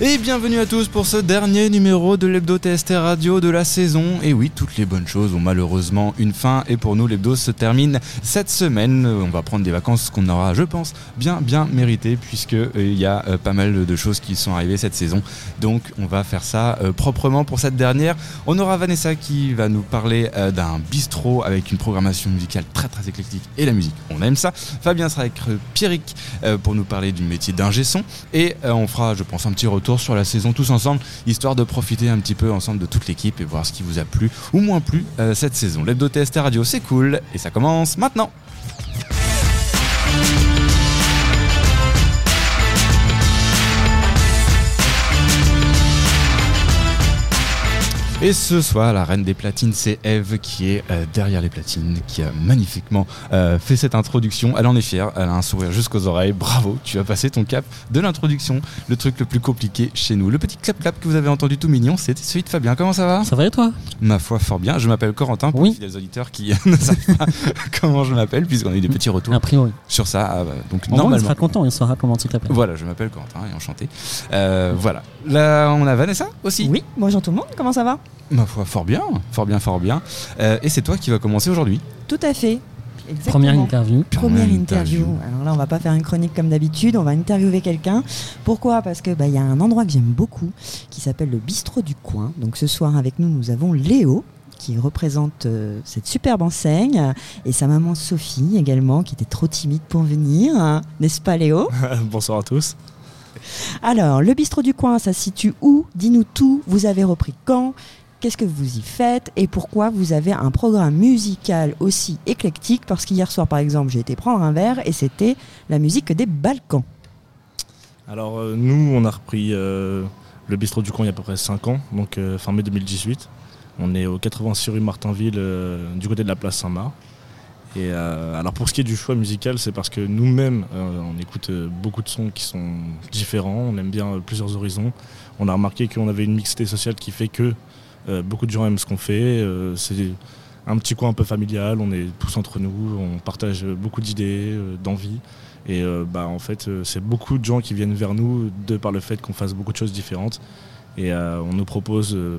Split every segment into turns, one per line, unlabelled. Et bienvenue à tous pour ce dernier numéro de l'hebdo TST Radio de la saison. Et oui, toutes les bonnes choses ont malheureusement une fin et pour nous l'hebdo se termine cette semaine. Euh, On va prendre des vacances qu'on aura, je pense, bien bien méritées puisque euh, il y a euh, pas mal de choses qui sont arrivées cette saison. Donc on va faire ça euh, proprement pour cette dernière. On aura Vanessa qui va nous parler euh, d'un bistrot avec une programmation musicale très très éclectique et la musique, on aime ça. Fabien sera avec euh, Pierrick euh, pour nous parler du métier d'ingé son et euh, on fera, je pense, un petit retour sur la saison tous ensemble, histoire de profiter un petit peu ensemble de toute l'équipe et voir ce qui vous a plu ou moins plu euh, cette saison. L'hebdo TST Radio, c'est cool et ça commence maintenant. Et ce soir, la reine des platines, c'est Eve qui est euh, derrière les platines, qui a magnifiquement euh, fait cette introduction. Elle en est fière, elle a un sourire jusqu'aux oreilles. Bravo, tu as passé ton cap de l'introduction, le truc le plus compliqué chez nous. Le petit clap-clap que vous avez entendu tout mignon, c'était celui de Fabien. Comment ça va
Ça va et toi
Ma foi, fort bien. Je m'appelle Corentin, pour
Oui.
les fidèles auditeurs qui ne savent pas comment je m'appelle, puisqu'on a eu des petits retours
A priori.
sur ça. Ah bah, donc
En gros, il
normalement.
sera content, il saura comment tu t'appelles.
Voilà, je m'appelle Corentin et enchanté. Euh, voilà. Là, on a Vanessa aussi.
Oui, bonjour tout le monde, comment ça va
Ma foi, fort bien, fort bien, fort bien. Euh, et c'est toi qui vas commencer aujourd'hui.
Tout à fait. Exactement.
Première interview.
Première
Première
interview.
interview.
Alors là, on va pas faire une chronique comme d'habitude, on va interviewer quelqu'un. Pourquoi Parce que bah, il y a un endroit que j'aime beaucoup qui s'appelle le bistrot du coin. Donc ce soir avec nous, nous avons Léo qui représente euh, cette superbe enseigne et sa maman Sophie également qui était trop timide pour venir, hein. n'est-ce pas Léo
Bonsoir à tous.
Alors, le bistrot du coin, ça se situe où Dis-nous tout. Vous avez repris quand Qu'est-ce que vous y faites et pourquoi vous avez un programme musical aussi éclectique Parce qu'hier soir, par exemple, j'ai été prendre un verre et c'était la musique des Balkans.
Alors euh, nous, on a repris euh, le bistrot du coin il y a à peu près 5 ans, donc euh, fin mai 2018. On est au 86 rue Martinville, euh, du côté de la place Saint-Marc. Et euh, alors pour ce qui est du choix musical, c'est parce que nous-mêmes, euh, on écoute euh, beaucoup de sons qui sont différents, on aime bien euh, plusieurs horizons. On a remarqué qu'on avait une mixité sociale qui fait que euh, beaucoup de gens aiment ce qu'on fait. Euh, c'est un petit coin un peu familial, on est tous entre nous, on partage euh, beaucoup d'idées, euh, d'envies. Et euh, bah, en fait, euh, c'est beaucoup de gens qui viennent vers nous de par le fait qu'on fasse beaucoup de choses différentes. Et euh, on nous propose euh,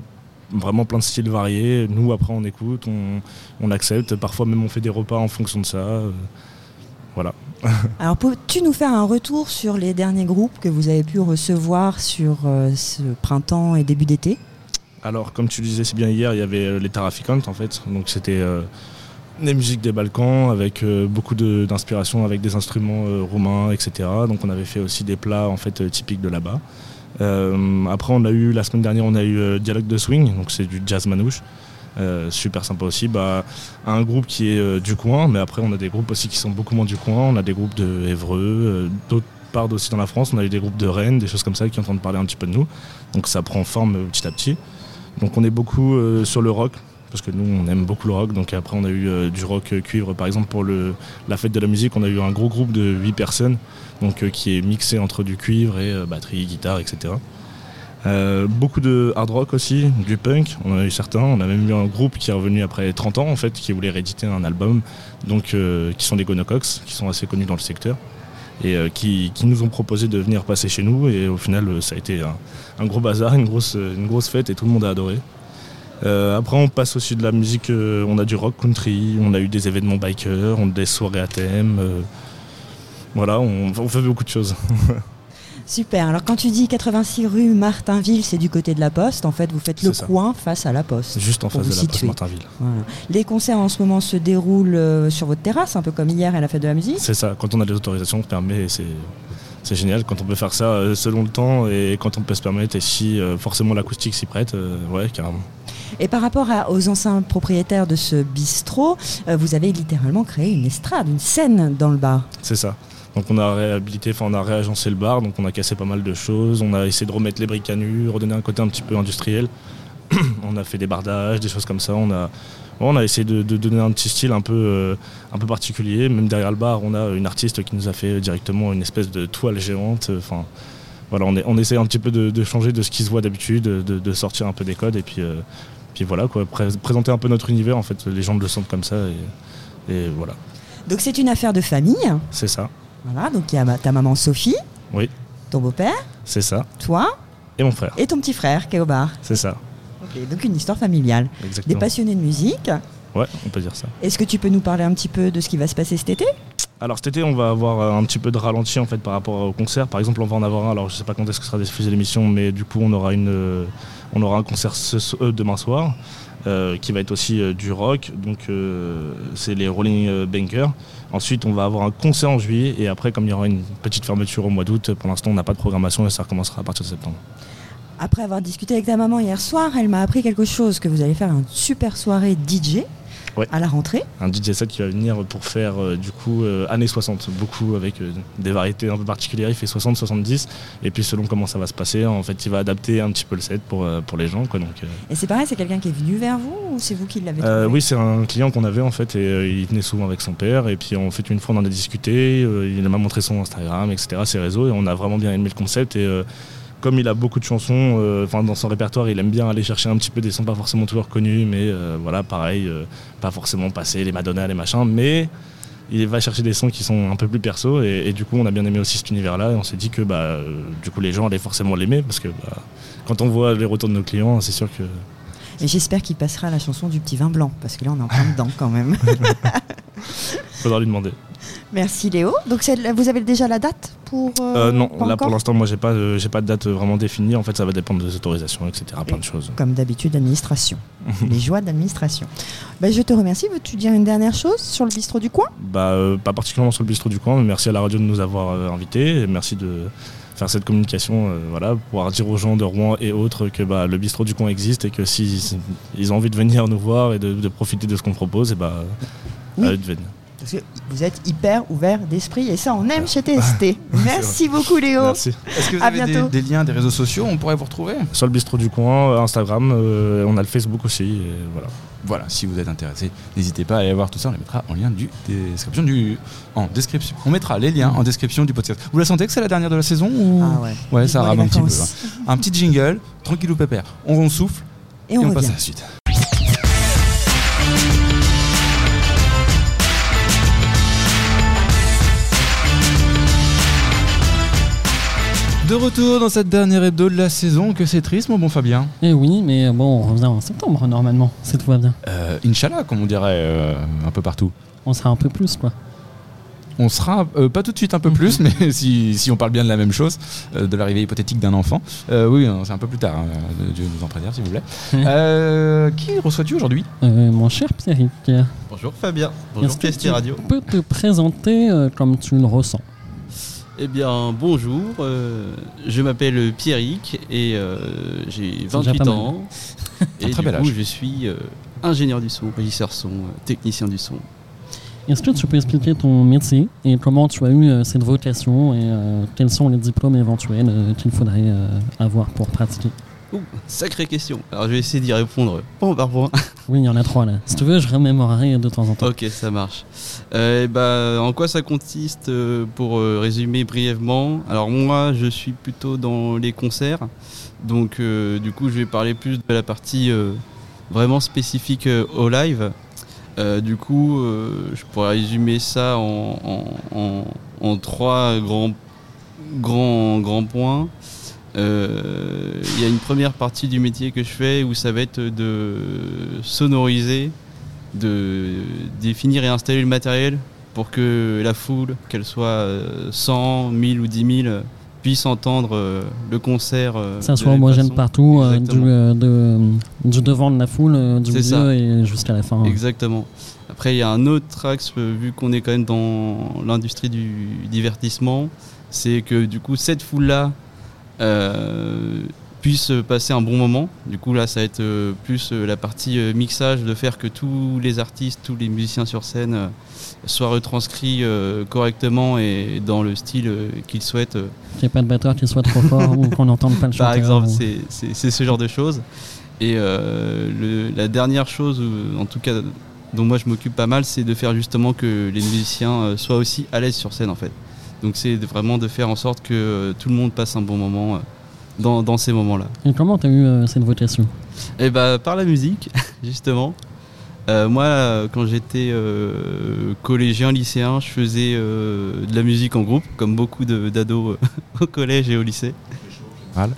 vraiment plein de styles variés. Nous, après, on écoute, on, on accepte. Parfois, même, on fait des repas en fonction de ça. Euh,
Alors, peux-tu nous faire un retour sur les derniers groupes que vous avez pu recevoir sur euh, ce printemps et début d'été
Alors, comme tu le disais si bien hier, il y avait euh, les Taraficantes, en fait. Donc, c'était euh, des musiques des Balkans avec euh, beaucoup de- d'inspiration, avec des instruments euh, roumains, etc. Donc, on avait fait aussi des plats, en fait, euh, typiques de là-bas. Euh, après, on a eu, la semaine dernière, on a eu euh, Dialogue de Swing, donc c'est du jazz manouche. Euh, super sympa aussi. Bah, un groupe qui est euh, du coin, mais après, on a des groupes aussi qui sont beaucoup moins du coin. On a des groupes de Évreux, euh, d'autres parts aussi dans la France. On a eu des groupes de Rennes, des choses comme ça qui sont en train de parler un petit peu de nous. Donc, ça prend forme euh, petit à petit. Donc on est beaucoup euh, sur le rock, parce que nous on aime beaucoup le rock. Donc après on a eu euh, du rock euh, cuivre, par exemple pour le, la fête de la musique, on a eu un gros groupe de 8 personnes, donc euh, qui est mixé entre du cuivre et euh, batterie, guitare, etc. Euh, beaucoup de hard rock aussi, du punk, on en a eu certains, on a même eu un groupe qui est revenu après 30 ans en fait, qui voulait rééditer un album, donc euh, qui sont les Gonocox, qui sont assez connus dans le secteur, et euh, qui, qui nous ont proposé de venir passer chez nous, et au final euh, ça a été un, un gros bazar, une grosse, euh, une grosse fête et tout le monde a adoré. Euh, après, on passe aussi de la musique, euh, on a du rock country, on a eu des événements bikers, on a des soirées à thème. euh, voilà, on, on fait beaucoup de choses.
Super. Alors, quand tu dis 86 rue Martinville, c'est du côté de la Poste. En fait, vous faites le
C'est ça.
coin face à la Poste.
Juste en
Pour
face
vous
de la Poste
situer.
Martinville.
Voilà. Les concerts en ce moment se déroulent euh, sur votre terrasse, un peu comme hier à la fête de la musique.
C'est ça, quand on a les autorisations, on se permet et c'est. C'est génial quand on peut faire ça euh, selon le temps et quand on peut se permettre et si euh, forcément l'acoustique s'y prête, euh, ouais carrément.
Et par rapport à- aux anciens propriétaires de ce bistrot, euh, vous avez littéralement créé une estrade, une scène dans le bar.
C'est ça. Donc on a réhabilité, enfin on a réagencé le bar, donc on a cassé pas mal de choses, on a essayé de remettre les briques à nu, redonner un côté un petit peu industriel. on a fait des bardages, des choses comme ça, on a, ouais, on a essayé de, de donner un petit style un peu, euh, un peu particulier. Même derrière le bar, on a une artiste qui nous a fait directement une espèce de toile géante. euh, Enfin voilà, on, est, on essaie un petit peu de, de changer de ce qui se voit d'habitude, de, de sortir un peu des codes et puis, euh, puis voilà quoi, pré- présenter un peu notre univers en fait, les gens le sentent comme ça et, et voilà,
Donc c'est une affaire de famille.
c'est ça,
Voilà, donc il y a ma- ta maman Sophie,
Oui.
ton beau-père,
c'est ça.
toi
et mon frère.
Et ton petit frère qui est au bar.
C'est ça,
Ok, donc une histoire familiale. Des
exactement.
passionnés de musique.
Ouais, on peut dire ça.
Est-ce que tu peux nous parler un petit peu de ce qui va se passer cet été
Alors cet été, on va avoir euh, un petit peu de ralenti en fait par rapport au concert. Par exemple, on va en avoir un. Alors je sais pas quand est-ce que sera diffusée l'émission, mais du coup, on aura une, euh, on aura un concert ce, so- euh, demain soir euh, qui va être aussi euh, du rock. Donc euh, c'est les Rolling euh, Bankers. Ensuite, on va avoir un concert en juillet et après, comme il y aura une petite fermeture au mois d'août, pour l'instant, on n'a pas de programmation et ça recommencera à partir de septembre.
Après avoir discuté avec ta maman hier soir, elle m'a appris quelque chose que vous allez faire une super soirée DJ
Ouais.
à la rentrée.
Un DJ set qui va venir pour faire euh, du coup euh, années 60, beaucoup avec euh, des variétés un peu particulières, il fait 60-70 et puis selon comment ça va se passer, en fait il va adapter un petit peu le set pour, euh, pour les gens quoi donc. euh.
Et c'est pareil, c'est quelqu'un qui est venu vers vous ou c'est vous qui l'avez
Euh,
trouvé
oui c'est un client qu'on avait en fait et euh, il venait souvent avec son père et puis en fait une fois on en a discuté, euh, il m'a montré son Instagram etc, ses réseaux et on a vraiment bien aimé le concept et euh, comme il a beaucoup de chansons, euh, enfin dans son répertoire, il aime bien aller chercher un petit peu des sons pas forcément toujours connus, mais euh, voilà, pareil, euh, pas forcément passer les Madonna, les machins, mais il va chercher des sons qui sont un peu plus perso et, et du coup on a bien aimé aussi cet univers-là et on s'est dit que bah euh, du coup les gens allaient forcément l'aimer parce que bah, quand on voit les retours de nos clients, c'est sûr que
Et j'espère qu'il passera la chanson du petit vin blanc, parce que là on est en plein dedans quand même.
faudra lui demander.
Merci Léo. Donc c'est- vous avez déjà la date pour euh,
Euh, non,
pas
là pour
encore
l'instant moi j'ai pas de- j'ai pas de date vraiment définie. En fait ça va dépendre des autorisations etc. Plein de choses.
Comme d'habitude, administration. Les joies d'administration. Bah, je te remercie. Veux-tu dire une dernière chose sur le bistrot du coin
Bah, euh, pas particulièrement sur le bistrot du coin, mais merci à la radio de nous avoir euh, invités. et merci de faire cette communication, euh, voilà, pour pouvoir dire aux gens de Rouen et autres que bah, le bistrot du coin existe et que s'ils ils ont envie de venir nous voir et de, de profiter de ce qu'on propose, et bah,
Oui.
à eux de venir.
Parce que vous êtes hyper ouvert d'esprit et ça, on aime chez TST. Merci beaucoup Léo.
Merci.
Est-ce que vous
À
avez des,
bientôt.
des liens, des réseaux sociaux On pourrait vous retrouver
Sur le bistrot du coin, euh, Instagram, euh, on a le Facebook aussi, et voilà.
Voilà, si vous êtes intéressé, n'hésitez pas à aller voir tout ça. On les mettra en lien du description du en description. On mettra les liens en description du podcast. Vous la sentez que c'est la dernière de la saison ou
Ah ouais.
Ouais, ça
Vivement
rame
les
un petit peu.
vacances.
hein. Un petit jingle, tranquille ou pépère. On, on souffle
Et on,
et on passe
revient.
à la suite. De retour dans cette dernière hebdo de la saison, que c'est triste mon bon Fabien.
Et Eh oui, mais euh, bon, on revient en septembre normalement, si tout va bien.
Euh, Inch'Allah, comme on dirait euh, un peu partout.
On sera un peu plus, quoi.
On sera, euh, pas tout de suite un peu plus, mais si, si on parle bien de la même chose, euh, de l'arrivée hypothétique d'un enfant. Euh, oui, euh, c'est un peu plus tard, hein, euh, Dieu nous en préserve s'il vous plaît. Euh, qui reçois-tu aujourd'hui
Euh, mon cher Pierrick,
Bonjour Fabien, bonjour
Est-ce que
PST
tu-
Radio.
peux te présenter euh, comme tu le ressens.
Eh bien bonjour, euh, je m'appelle Pierrick et euh, j'ai
C'est déjà
28
pas
ans.
Un
Et
très
du
bel
coup
âge.
je suis euh, ingénieur du son, régisseur son, euh, technicien du son.
Est-ce que tu peux expliquer ton métier et comment tu as eu euh, cette vocation et euh, quels sont les diplômes éventuels euh, qu'il faudrait euh, avoir pour pratiquer
Ouh, sacrée question. Alors je vais essayer d'y répondre point par point.
Oui, il y en a trois là. Si tu veux, je remémorerai de temps en temps.
Ok, ça marche. Euh, eh ben, en quoi ça consiste euh, Pour euh, résumer brièvement, alors moi je suis plutôt dans les concerts, donc euh, du coup je vais parler plus de la partie euh, vraiment spécifique euh, au live. Euh, du coup, euh, je pourrais résumer ça en, en- en- en trois grands, grands, grands points. Euh, Il y a une première partie du métier que je fais où ça va être de sonoriser de définir et installer le matériel pour que la foule, qu'elle soit euh, 100, 1000 ou 10 000, puisse entendre euh, le concert. euh,
Ça
de
soit
la même
homogène
façon.
partout, euh, du,
Exactement.
euh, de- du devant de la foule, euh, du
C'est
milieu
ça.
et jusqu'à la fin.
Exactement. Après, il y a un autre axe, euh, vu qu'on est quand même dans l'industrie du divertissement, c'est que du coup, cette foule-là euh, puisse passer un bon moment. Du coup, là, ça va être euh, plus euh, la partie euh, mixage, de faire que tous les artistes, tous les musiciens sur scène euh, soient retranscrits euh, correctement et dans le style euh, qu'ils souhaitent. euh,
Qu'il n'y ait pas de batteur qui soit trop fort ou qu'on n'entende pas le chanteur.
par exemple,
ou-
c'est- c'est c'est ce genre de choses. Et euh, le- la dernière chose, ou en tout cas dont moi je m'occupe pas mal, c'est de faire justement que les musiciens euh, soient aussi à l'aise sur scène en fait. Donc c'est de- vraiment de faire en sorte que euh, tout le monde passe un bon moment euh, dans, dans ces moments-là.
Et comment tu as eu euh, cette vocation
Et bah par la musique, justement. Euh, moi, euh, quand j'étais euh, collégien, lycéen, je faisais euh, de la musique en groupe, comme beaucoup de- d'ados euh, au collège et au lycée.
général.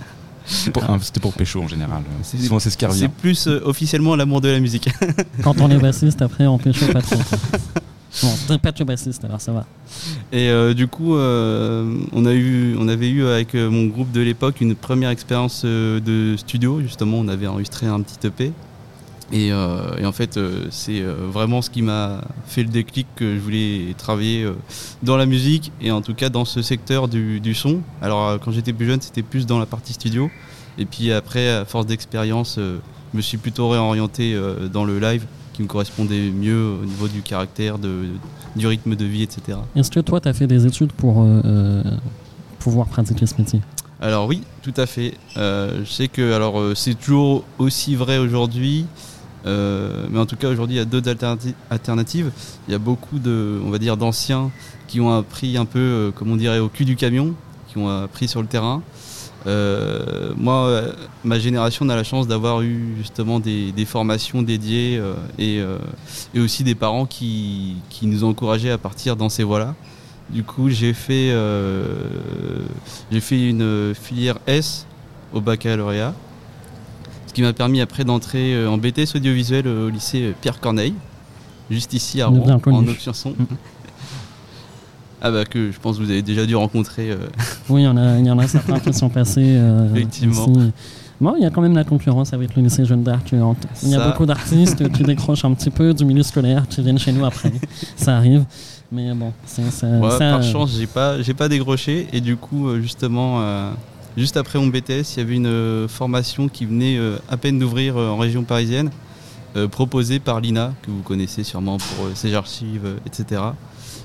Pour- ah, C'était pour Pécho en général.
C'est-
Souvent, c'est ce qui
C'est
revient.
plus euh, officiellement l'amour de la musique.
Quand on est bassiste, après, on pêche au patron. Bon, t'es pas trop bassiste, alors ça va.
Et euh, du coup, euh, on, a eu, on avait eu avec euh, mon groupe de l'époque une première expérience euh, de studio. Justement, on avait enregistré un petit EP. Et, euh, et en fait, euh, c'est euh, vraiment ce qui m'a fait le déclic que je voulais travailler euh, dans la musique et en tout cas dans ce secteur du, du son. Alors, euh, quand j'étais plus jeune, c'était plus dans la partie studio. Et puis après, à force d'expérience, euh, je me suis plutôt réorienté euh, dans le live qui me correspondait mieux au niveau du caractère, de, du rythme de vie, etc.
Est-ce que toi, t'as fait des études pour euh, euh, pouvoir pratiquer ce métier
Alors oui, tout à fait. Euh, je sais que alors euh, c'est toujours aussi vrai aujourd'hui, euh, mais en tout cas aujourd'hui il y a d'autres alternati- alternatives. Il y a beaucoup de, on va dire, d'anciens qui ont appris un peu, euh, comme on dirait, au cul du camion, qui ont appris sur le terrain. Euh, moi, euh, ma génération on a la chance d'avoir eu justement des, des formations dédiées euh, et, euh, et aussi des parents qui, qui nous ont encouragés à partir dans ces voies-là. Du coup, j'ai fait euh, j'ai fait une euh, filière S au baccalauréat, ce qui m'a permis après d'entrer euh, en BTS audiovisuel euh, au lycée euh, Pierre Corneille, juste ici à
Le
Rouen,
bien connu.
en option son.
Mm.
Ah bah que je pense que vous avez déjà dû rencontrer. euh,
Oui, il y, en a- il y en a certains qui sont passés. euh,
Effectivement.
ici. Bon, il y a quand même la concurrence avec le lycée Jeanne d'Arc. euh, en- Il y a
Ça.
beaucoup d'artistes qui décrochent un petit peu du milieu scolaire, qui viennent chez nous après. ça arrive. Mais bon, c'est ça.
moi,
ça,
par
euh,
chance, j'ai pas j'ai pas décroché et du coup euh, justement euh, juste après mon BTS, il y avait une euh, formation qui venait euh, à peine d'ouvrir euh, en région parisienne, euh, proposée par l'INA que vous connaissez sûrement pour euh, ses archives, euh, etc.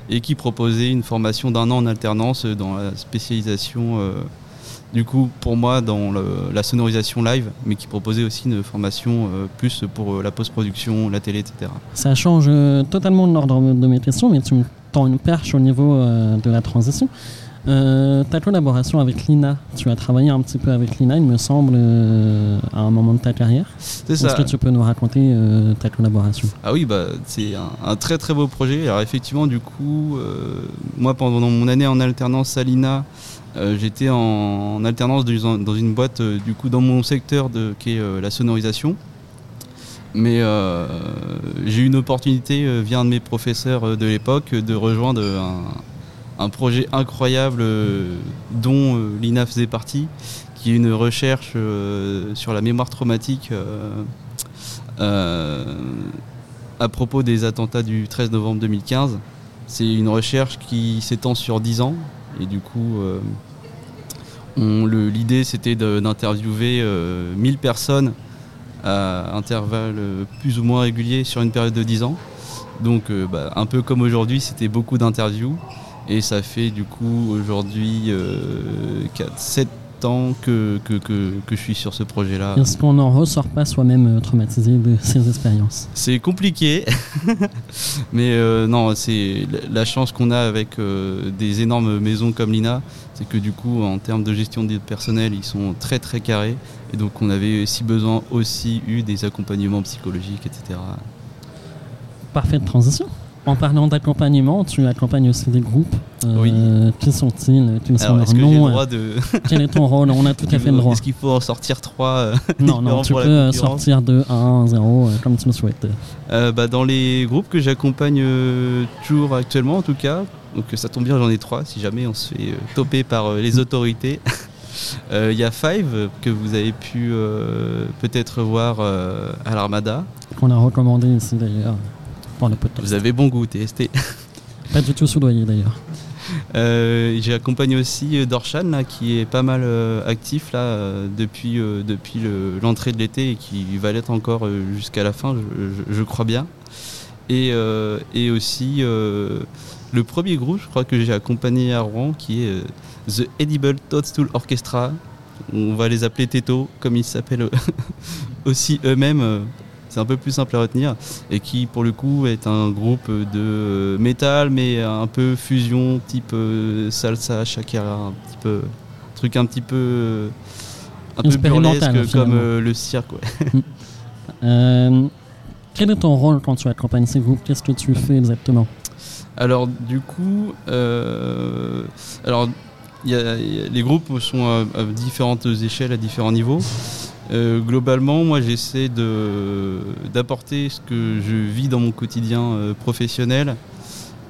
et qui proposait une formation d'un an en alternance euh, dans la spécialisation, euh, du coup, pour moi, dans le- la sonorisation live, mais qui proposait aussi une formation euh, plus pour euh, la post-production, la télé, etc.
Ça change euh, totalement l'ordre de mes questions, mais tu me tends une perche au niveau euh, de la transition. Euh, ta collaboration avec Lina, tu as travaillé un petit peu avec Lina, il me semble, euh, à un moment de ta carrière.
C'est
Est-ce
ça.
que tu peux nous raconter euh, ta collaboration
Ah oui, bah, c'est un, un très très beau projet. Alors effectivement, du coup, euh, moi pendant mon année en alternance à l'INA, euh, j'étais en, en alternance dans, dans une boîte euh, du coup dans mon secteur de, qui est euh, la sonorisation. Mais euh, j'ai eu une opportunité euh, via un de mes professeurs euh, de l'époque euh, de rejoindre un, un projet incroyable euh, dont euh, l'INA faisait partie, qui est une recherche euh, sur la mémoire traumatique. euh, euh, à propos des attentats du 13 novembre 2015. C'est une recherche qui s'étend sur 10 ans. Et du coup, euh, on- le- l'idée c'était de- d'interviewer euh, 1000 personnes à intervalles euh, plus ou moins réguliers sur une période de 10 ans. Donc, euh, bah, un peu comme aujourd'hui, c'était beaucoup d'interviews. Et ça fait du coup aujourd'hui 7 ans que, que, que, que je suis sur ce projet-là.
Est-ce qu'on n'en ressort pas soi-même euh, traumatisé de ces expériences
C'est compliqué, mais euh, non, c'est la- la chance qu'on a avec euh, des énormes maisons comme l'INA, c'est que du coup, en termes de gestion des personnels, ils sont très très carrés, et donc on avait si besoin aussi eu des accompagnements psychologiques, etc.
Parfaite transition. En parlant d'accompagnement, tu accompagnes aussi des groupes. Euh,
Oui.
Qui sont-ils Quels sont
Alors,
leurs
est-ce que j'ai le
noms
droit de
Quel est ton rôle On a tout à fait le droit.
Est-ce qu'il faut en sortir trois euh
Non, non,
différents
tu
pour
peux
la
euh,
concurrence
sortir de 1, 0, comme tu le souhaites.
Euh, bah, Dans les groupes que j'accompagne euh, toujours actuellement, en tout cas, donc euh, ça tombe bien, j'en ai trois, si jamais on se fait euh, toper par euh, les autorités. Euh, Il y a Five euh, que vous avez pu euh, peut-être voir euh, à l'Armada.
Qu'on a recommandé ici d'ailleurs pour le podcast.
Vous avez bon goût, TST.
Pas du tout soudoyé d'ailleurs.
Euh, J'ai accompagné aussi euh, Dorshan là, qui est pas mal euh, actif là, euh, depuis, euh, depuis le- l'entrée de l'été et qui va l'être encore euh, jusqu'à la fin, je, je- je crois bien. Et, euh, et aussi euh, le premier groupe, je crois que j'ai accompagné à Rouen, qui est euh, The Edible Toadstool Orchestra. On va les appeler Teto, comme ils s'appellent aussi eux-mêmes. euh, C'est un peu plus simple à retenir. Et qui, pour le coup, est un groupe de euh, métal, mais un peu fusion, type euh, salsa, shakira, un petit peu. un truc un petit peu. euh, un peu
Expérimental,
burlesque,
finalement.
comme euh, le cirque. ouais.
Euh, quel est ton rôle quand tu accompagnes ces groupes Qu'est-ce que tu fais exactement
Alors du coup, euh, alors il y a- il y a- les groupes sont à, à différentes échelles, à différents niveaux. Euh, globalement, moi, j'essaie de- d'apporter ce que je vis dans mon quotidien euh, professionnel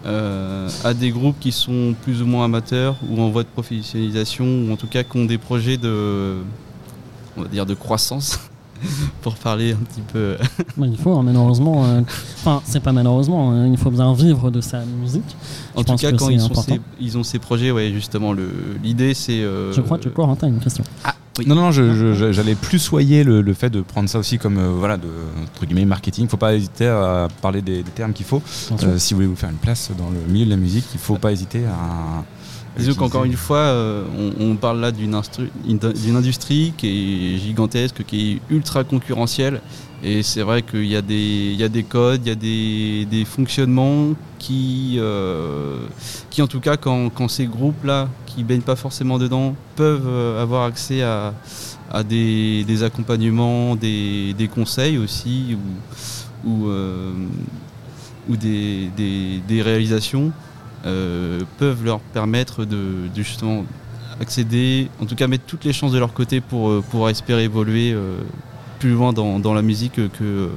euh, à des groupes qui sont plus ou moins amateurs ou en voie de professionnalisation ou en tout cas qui ont des projets de, on va dire, de croissance. Pour parler un petit peu.
Bah, il faut, hein, malheureusement. euh, Enfin, c'est pas malheureusement, hein, il faut bien vivre de sa musique.
En
Je
tout
pense
cas,
que
quand
c'est
ils, sont
important.
ces, ils ont ces projets, ouais, justement, le- l'idée c'est. euh,
Je crois que Corentin a une question.
Ah, oui.
Non, non, non, je- je- je- j'allais plus soigner le, le fait de prendre ça aussi comme euh, voilà, de, entre guillemets, marketing. Faut pas hésiter à parler des, des termes qu'il faut.
Bien sûr.
Euh, si vous voulez vous faire une place dans le milieu de la musique, il faut pas hésiter à.
Disons
utiliser-
qu'encore une fois, euh, on, on parle là d'une instru- d'une industrie qui est gigantesque, qui est ultra concurrentielle. Et c'est vrai qu'il y, a des- il y a des codes, il y a des, des fonctionnements qui, euh, qui, en tout cas, quand, quand ces groupes-là, qui baignent pas forcément dedans, peuvent euh, avoir accès à, à des, des accompagnements, des, des conseils aussi, ou, ou, euh, ou des- des- des réalisations euh, peuvent leur permettre de, de justement accéder, en tout cas mettre toutes les chances de leur côté pour euh, pouvoir espérer évoluer euh, plus loin dans, dans la musique euh, que,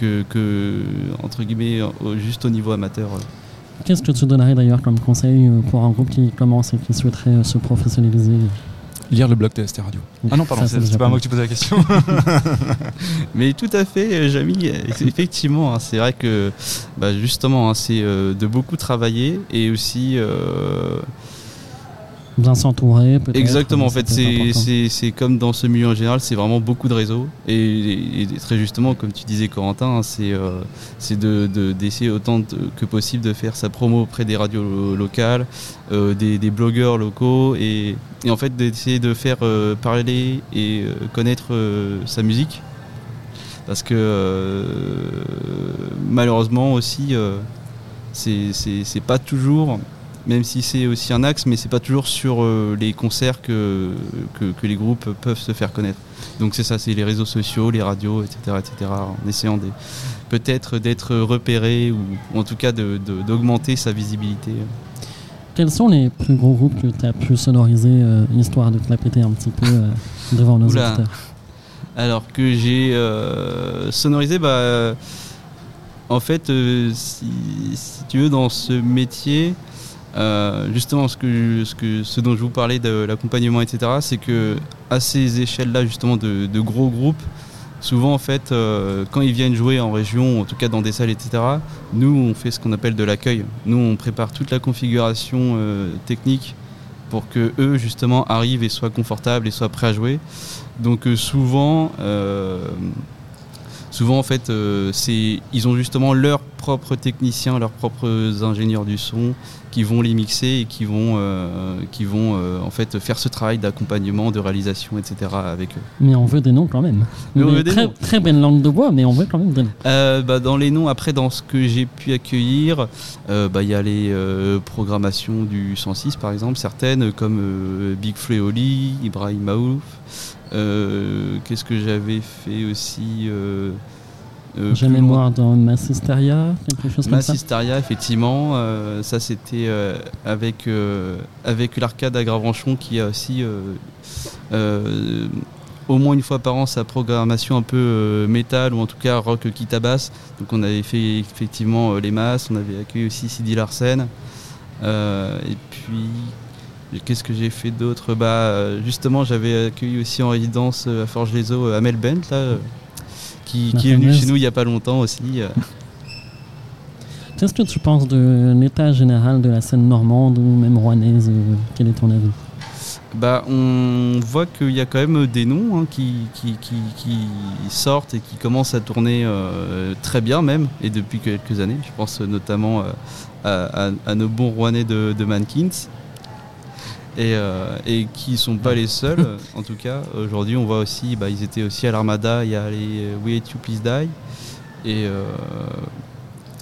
que, que, entre guillemets au- juste au niveau amateur.
Qu'est-ce que tu donnerais d'ailleurs comme conseil euh, pour un groupe qui commence et qui souhaiterait euh, se professionnaliser
Lire le blog TST Radio. Ah non, pardon,
Ça, ça,
c'est
déjà
c'est pas à moi que tu posais la question.
Mais tout à fait, euh, Jamy, euh, effectivement, hein, c'est vrai que bah, justement, hein, c'est euh, de beaucoup travailler et aussi euh,
Bien s'entourer, peut-être.
Exactement, en
ça
fait,
peut être
c'est-
important.
c'est c'est comme dans ce milieu en général, c'est vraiment beaucoup de réseaux. Et, et- et très justement, comme tu disais, Corentin, hein, c'est euh, c'est de- de- d'essayer autant de- que possible de faire sa promo auprès des radios lo- locales, euh, des, des blogueurs locaux, et, et en fait d'essayer de faire euh, parler et euh, connaître euh, sa musique. Parce que euh, malheureusement aussi, euh, c'est- c'est c'est pas toujours même si c'est aussi un axe, mais c'est pas toujours sur euh, les concerts que, que, que les groupes peuvent se faire connaître. Donc c'est ça, c'est les réseaux sociaux, les radios, etc., etc. En essayant des- peut-être d'être repéré ou, ou en tout cas de- de- d'augmenter sa visibilité.
Quels sont les plus gros groupes que tu as pu sonoriser, euh, histoire de te la péter un petit peu euh, devant nos
Oula.
auditeurs
Alors que j'ai euh, sonorisé, bah, euh, en fait, euh, si, si tu veux, dans ce métier, euh, justement, ce, que je- ce, que, ce dont je vous parlais de l'accompagnement, etc., c'est que à ces échelles-là, justement, de, de gros groupes, souvent, en fait, euh, quand ils viennent jouer en région, en tout cas dans des salles, etc., nous, on fait ce qu'on appelle de l'accueil. Nous, on prépare toute la configuration euh, technique pour que eux, justement, arrivent et soient confortables et soient prêts à jouer. Donc euh, souvent, euh, souvent en fait, euh, c'est ils ont justement leurs propres techniciens, leurs propres ingénieurs du son qui vont les mixer et qui vont, euh, qui vont euh, en fait faire ce travail d'accompagnement, de réalisation, etc. avec eux.
Mais on veut des noms quand même.
Mais on
Des
veut des
très,
noms.
très belle langue de bois, mais on veut quand même des noms.
Euh, bah, dans les noms, après, dans ce que j'ai pu accueillir, euh, bah, il y a les euh, programmations du 106, par exemple, certaines comme euh, Big Fleoli, Ibrahim Maouf. Euh, Qu'est-ce que j'avais fait aussi euh, euh,
J'ai
plus loin
mémoire dans Massisteria, quelque chose comme ça.
Massisteria, effectivement, euh, ça c'était euh, avec, euh, avec l'arcade à Gravenchon qui a aussi euh, euh, au moins une fois par an sa programmation un peu euh, métal ou en tout cas rock qui tabasse. Donc on avait fait effectivement euh, les masses, on avait accueilli aussi Sidi Larsen. Euh, et puis qu'est-ce que j'ai fait d'autre Bah euh, justement j'avais accueilli aussi en résidence euh, à Forge les Eaux euh, Amel Bent là. euh, qui,
La
qui est venu
fameuse.
chez nous il n'y a pas longtemps aussi. euh.
Qu'est-ce que tu penses de l'état général de la scène normande ou même rouennaise euh, Quel est ton avis
Bah, on voit qu'il y a quand même des noms hein, qui, qui, qui, qui sortent et qui commencent à tourner euh, très bien même, et depuis quelques années. Je pense notamment euh, à, à- à nos bons Rouennais de, de Mankins, et, euh, et qui sont pas les seuls. en tout cas, aujourd'hui, on voit aussi, bah, ils étaient aussi à l'Armada, il y a les euh, We Hate You Please Die, et euh,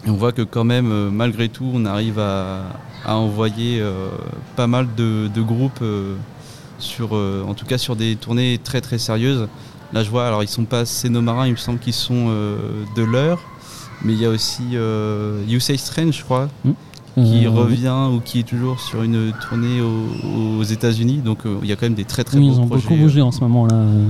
et on voit que quand même, euh, malgré tout, on arrive à, à envoyer euh, pas mal de, de groupes euh, sur, euh, en tout cas sur des tournées très très sérieuses. Là, je vois, alors ils sont pas Sénomarins, il me semble qu'ils sont euh, de l'heure, mais il y a aussi euh, You Say Strange, je crois,
Mm.
qui
Euh,
revient ou qui est toujours sur une tournée aux, aux États-Unis. Donc euh, il y a quand même des très très
Oui,
beaux
ils ont
projets.
beaucoup bougé en ce moment là. euh.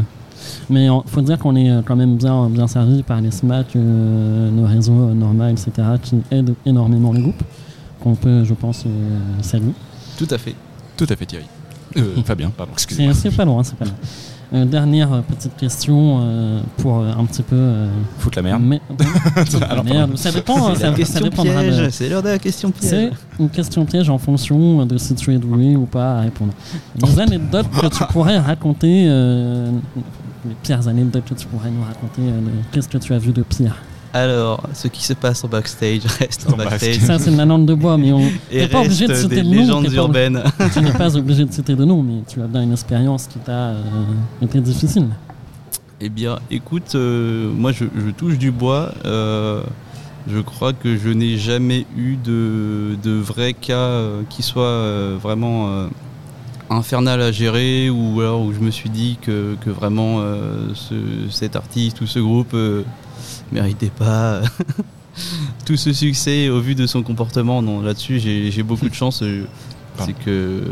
Mais il faut dire qu'on est euh, quand même bien, bien servi par les SMAC, euh, nos réseaux euh, normaux, etc., qui aident énormément le groupe, qu'on peut, je pense, euh, saluer.
Tout à fait.
Ah,
Tout à fait, Thierry. Euh, Fabien, pardon, excusez-moi.
C'est c'est pas loin, c'est pas loin. Euh, dernière euh, petite question euh, pour euh, un petit peu. euh,
Foutre la merde.
mais-
Alors,
merde, ça dépend, hein,
C'est
ça,
la
ça
question
dépendra de-
piège. C'est l'heure de la question
C'est
piège.
une question piège en fonction euh, de si tu es doué ou pas à répondre. Les anecdotes que tu pourrais raconter, euh, les pires anecdotes que tu pourrais nous raconter, euh, de- qu'est-ce que tu as vu de pire
Alors, ce qui se passe en backstage reste en
En
backstage.
backstage.
Ça, c'est de la lande de bois, mais on
Et
T'es pas obligé de
reste
citer
des
le nom,
légendes
t'es pas
urbaines.
tu n'es pas obligé de citer de nom, mais tu as bien une expérience qui t'a euh, été difficile.
Eh bien, écoute, euh, moi je, je touche du bois. euh, je crois que je n'ai jamais eu de, de vrai cas euh, qui soit euh, vraiment euh, infernal à gérer ou alors où je me suis dit que, que vraiment euh, ce- cet artiste ou ce groupe euh, méritait pas tout ce succès au vu de son comportement. Non, là-dessus j'ai j'ai beaucoup de chance. euh,
Pardon.
C'est que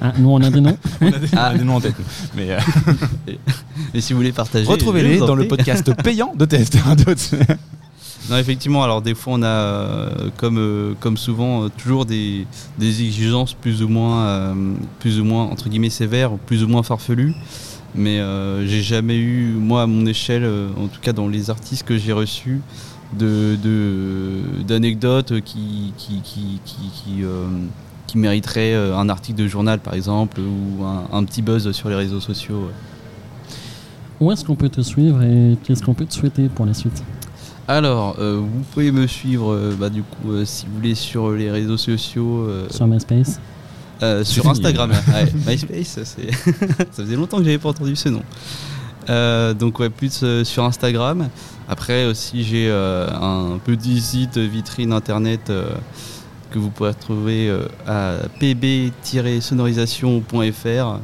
Ah, nous, on a des noms.
On a des, on a
Ah.
des noms en tête. Mais euh,
et si vous voulez partager,
retrouvez-les
je vous en
dans le
prie.
podcast payant de TST Radio.
Non, effectivement, alors des fois on a, euh, comme, euh, comme souvent, euh, toujours des, des exigences plus ou moins, euh, plus ou moins, entre guillemets, sévères ou plus ou moins farfelues. Mais euh, j'ai jamais eu, moi, à mon échelle, euh, en tout cas dans les artistes que j'ai reçus, de- de- d'anecdotes de, qui, qui, qui, qui, qui, euh, qui mériteraient euh, un article de journal, par exemple, ou un, un petit buzz sur les réseaux sociaux. ouais.
Où est-ce qu'on peut te suivre et qu'est-ce qu'on peut te souhaiter pour la suite
Alors, euh, vous pouvez me suivre, euh, bah, du coup, euh, si vous voulez, sur les réseaux sociaux. euh,
sur MySpace
Euh,
C'est
sur
fini.
Instagram, ouais. MySpace, c'est- ça faisait longtemps que j'avais pas entendu ce nom. Euh, donc ouais, plus euh, sur Instagram. Après aussi j'ai euh, un petit site vitrine internet euh, que vous pouvez retrouver euh, à pb-sonorisation.fr.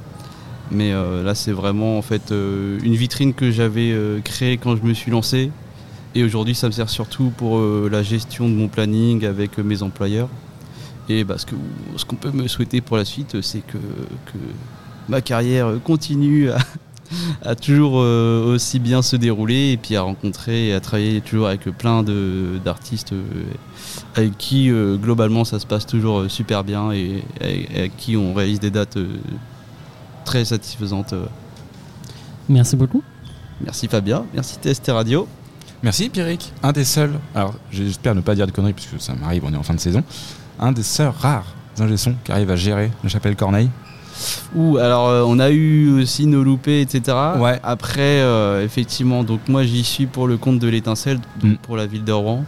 Mais euh, là c'est vraiment en fait euh, une vitrine que j'avais euh, créée quand je me suis lancé. Et aujourd'hui ça me sert surtout pour euh, la gestion de mon planning avec euh, mes employeurs. Et bah, ce que- ce qu'on peut me souhaiter pour la suite, c'est que, que ma carrière continue à, à toujours euh, aussi bien se dérouler et puis à rencontrer et à travailler toujours avec plein de- d'artistes euh, avec qui euh, globalement ça se passe toujours euh, super bien et, et- et avec qui on réalise des dates euh, très satisfaisantes.
Merci beaucoup.
Merci Fabien, merci TST Radio.
Merci, Pierrick. Un des seuls. Alors, j'espère ne pas dire de conneries, puisque ça m'arrive, on est en fin de saison. Un des seuls rares ingé son qui arrive à gérer la chapelle Corneille.
Ou alors euh, on a eu aussi nos loupés, etc.
Ouais.
Après, euh, effectivement, donc moi j'y suis pour le compte de l'étincelle, donc
Mm.
pour la ville de Rouen.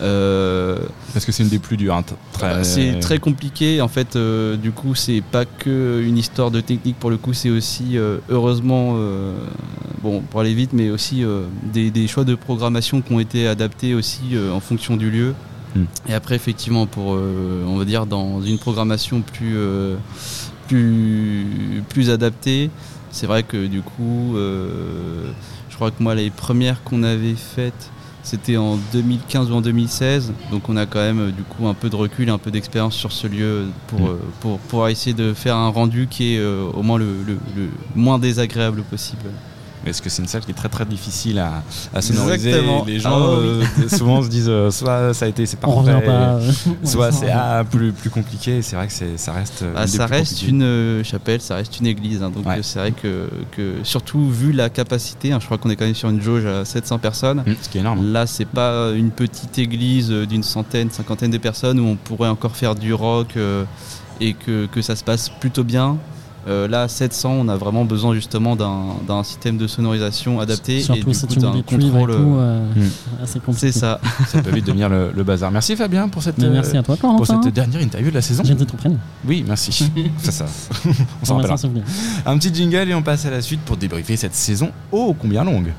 Euh,
Parce que c'est une des plus dures. hein, t-
Ah bah,
très-
Bah, C'est très compliqué en fait. euh, du coup, c'est pas que une histoire de technique pour le coup, c'est aussi euh, heureusement, euh, bon pour aller vite, mais aussi euh, des, des choix de programmation qui ont été adaptés aussi euh, en fonction du lieu.
Mm.
Et après, effectivement, pour euh, on va dire dans une programmation plus euh, plus plus adaptée, c'est vrai que du coup, euh, je crois que moi les premières qu'on avait faites c'était en 2015 ou en 2016, donc on a quand même euh, du coup un peu de recul, et un peu d'expérience sur ce lieu pour,
Mm.
euh, pour, pour essayer de faire un rendu qui est euh, au moins le, le- le moins désagréable possible.
Euh, Parce que c'est une salle qui est très très difficile à, à sonoriser.
Exactement.
Les gens
Ah,
euh, souvent se disent euh, soit ça a été c'est
On revient
parfait,
pas. euh,
soit
ouais,
c'est
ça revient. Ah,
ah, plus plus compliqué. Et C'est vrai que c'est ça reste. euh, une
Bah,
des
ça
plus
reste
compliquées.
une euh, chapelle, ça reste une église, hein, donc
Ouais.
euh, c'est vrai que, que surtout vu la capacité, hein, je crois qu'on est quand même sur une jauge à 700 personnes.
Mm, Ce qui est énorme.
Là, c'est pas une petite église euh, d'une centaine, cinquantaine de personnes où on pourrait encore faire du rock euh, et que, que ça se passe plutôt bien. Euh, là, 700, on a vraiment besoin justement d'un d'un système de sonorisation adapté et
Surtout
du
si
coup
tu mets
d'un
des cuivres et
contrôle.
tout.
euh,
euh,
Mm.
ah, C'est compliqué.
C'est ça.
hein. Ça peut vite devenir le, le bazar. Merci Fabien pour cette
Mais
euh,
merci à toi,
pour
Corentin.
cette dernière interview de la saison.
J'ai bah, été trop près.
Oui, merci. ça, ça, on s'en
On va
rappellera.
s'en souvenir.
Un petit jingle et on passe à la suite pour débriefer cette saison ô combien longue.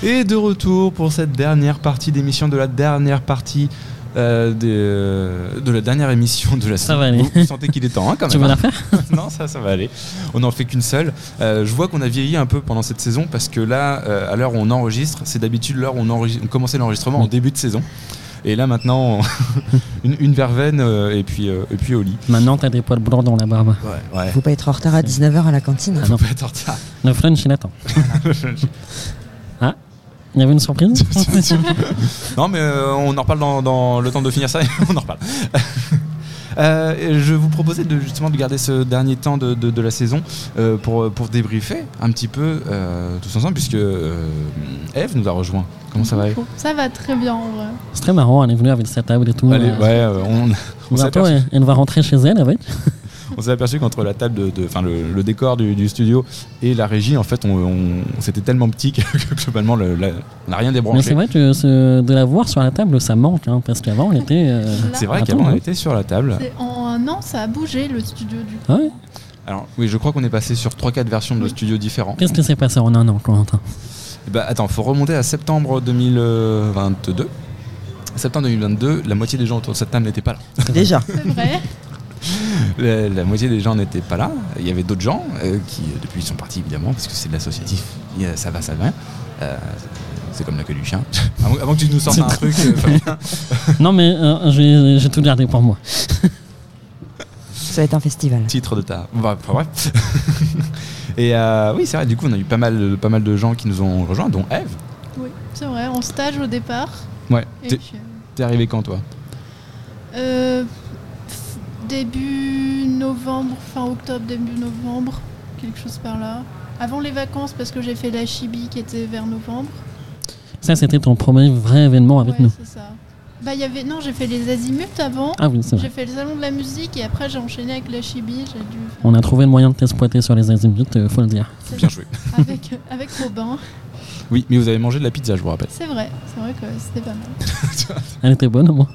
Et de retour pour cette dernière partie d'émission de la dernière partie euh, des, euh, de la dernière émission de la
Ça
saison.
va aller.
Vous, vous sentez qu'il est temps, hein, quand
Tu
même.
veux
hein.
la faire
non, ça, ça va aller. On n'en fait qu'une seule. Euh, je vois qu'on a vieilli un peu pendant cette saison parce que là, euh, à l'heure où on enregistre, c'est d'habitude l'heure où on, enregistre- on commençait l'enregistrement en
Oui.
début de saison. Et là maintenant, on- une, une verveine euh, et, puis, euh, et puis au lit.
Maintenant, t'as des poils blancs dans la barbe.
Ouais, ouais.
Faut pas être en retard à 19h à la cantine.
non.
Faut pas être en retard.
Le French, il attend. ah Il y avait une surprise
Non, mais euh, on en reparle dans, dans le temps de finir ça, on en reparle. Euh, je vous proposais de, justement de garder ce dernier temps de, de- de la saison euh, pour, pour débriefer un petit peu euh, tous ensemble, puisque euh, Eve nous a rejoint. Comment ça va Eve
Ça va très bien en vrai.
C'est très marrant, elle est venue avec sa table et tout.
Allez,
euh,
ouais, euh, on, on s'est
bientôt,
aperçu-
elle, elle va rentrer chez elle avec.
on s'est aperçu qu'entre la table, de, de- enfin le, le décor du, du studio et la régie, en fait, on, on- c'était tellement petit que, que globalement, le- la- on n'a rien
Mais c'est
débranché.
vrai que ce- de la voir sur la table, ça manque, hein, parce qu'avant, elle était. euh,
Là,
C'est vrai
Attends,
qu'avant, on
ouais.
était sur la table.
c'est- En un an, ça a bougé le studio du coup.
Ah ouais
Alors, oui, je crois qu'on est passé sur 3-4 versions de
Oui.
studios différents.
Qu'est-ce qui s'est passé en un an, Corentin
Eh ben, attends, faut remonter à septembre 2022. Septembre 2022, la moitié des gens autour de cette table n'étaient pas là.
Déjà.
C'est vrai.
La, la moitié des gens n'étaient pas là. Il y avait d'autres gens euh, qui, euh, depuis, sont partis évidemment, parce que c'est de l'associatif. Il y a- Ça va, ça va. Euh, c'est comme la queue du chien. Avant, avant que tu nous sortes
C'est
un truc, euh, Fabien.
Non, mais euh, j'ai j'ai tout gardé pour moi.
Ça va être un festival.
titre de ta. Bah, enfin, bref. Et euh, oui, c'est vrai, du coup, on a eu pas mal, pas mal de gens qui nous ont rejoints, dont Eve.
Oui, c'est vrai. En stage au départ.
Ouais.
Et
T'es-
puis,
T'es arrivé quand, toi
euh, f- début novembre, fin octobre, début novembre, quelque chose par là. Avant les vacances, parce que j'ai fait la chibi qui était vers novembre.
Ça, c'était ton premier vrai événement avec
Ouais,
nous.
c'est ça. Bah, il y avait. Non, j'ai fait les azimuts avant.
Ah oui, c'est vrai.
J'ai fait le salon de la musique et après j'ai enchaîné avec la chibi. J'ai dû faire
On a trouvé le moyen de t'exploiter sur les azimuts, euh, faut le dire.
Bien joué.
avec, euh, avec Robin.
Oui, mais vous avez mangé de la pizza, je vous rappelle.
C'est vrai, c'est vrai que c'était pas mal.
Elle était bonne au moins.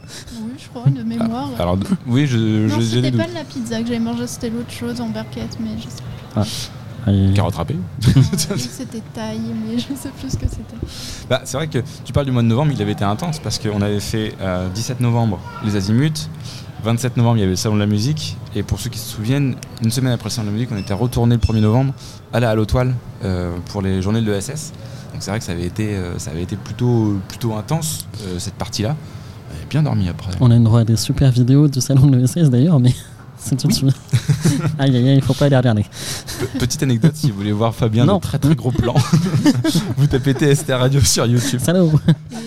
Oui, je crois, de mémoire.
Alors, d- oui, Ah, je-
Oh. non,
je- j'ai des
c'était
doutes.
pas de la pizza que j'avais mangée, c'était l'autre chose en barquette, mais je sais
Allez.
Carotte râpée.
pas. c'était taille, mais je sais plus ce que c'était.
Bah, c'est vrai que tu parles du mois de novembre, il avait été intense parce qu'on avait fait euh, 17 novembre les Azimuts, 27 novembre il y avait le Salon de la musique, et pour ceux qui se souviennent, une semaine après le Salon de la musique, on était retourné le 1er novembre à la Halle Toile pour les journées de l'ESS. Donc c'est vrai que ça avait été, euh, ça avait été plutôt, plutôt intense euh, cette partie-là. On avait bien dormi après.
On a une droit à des super vidéos du salon de l'ESS d'ailleurs, mais si tu te souviens. aïe aïe aïe, faut pas les regarder.
Pe- Petite anecdote, si vous voulez voir Fabien
Non.
de très très gros plan, vous tapez TST Radio sur YouTube.
Salaud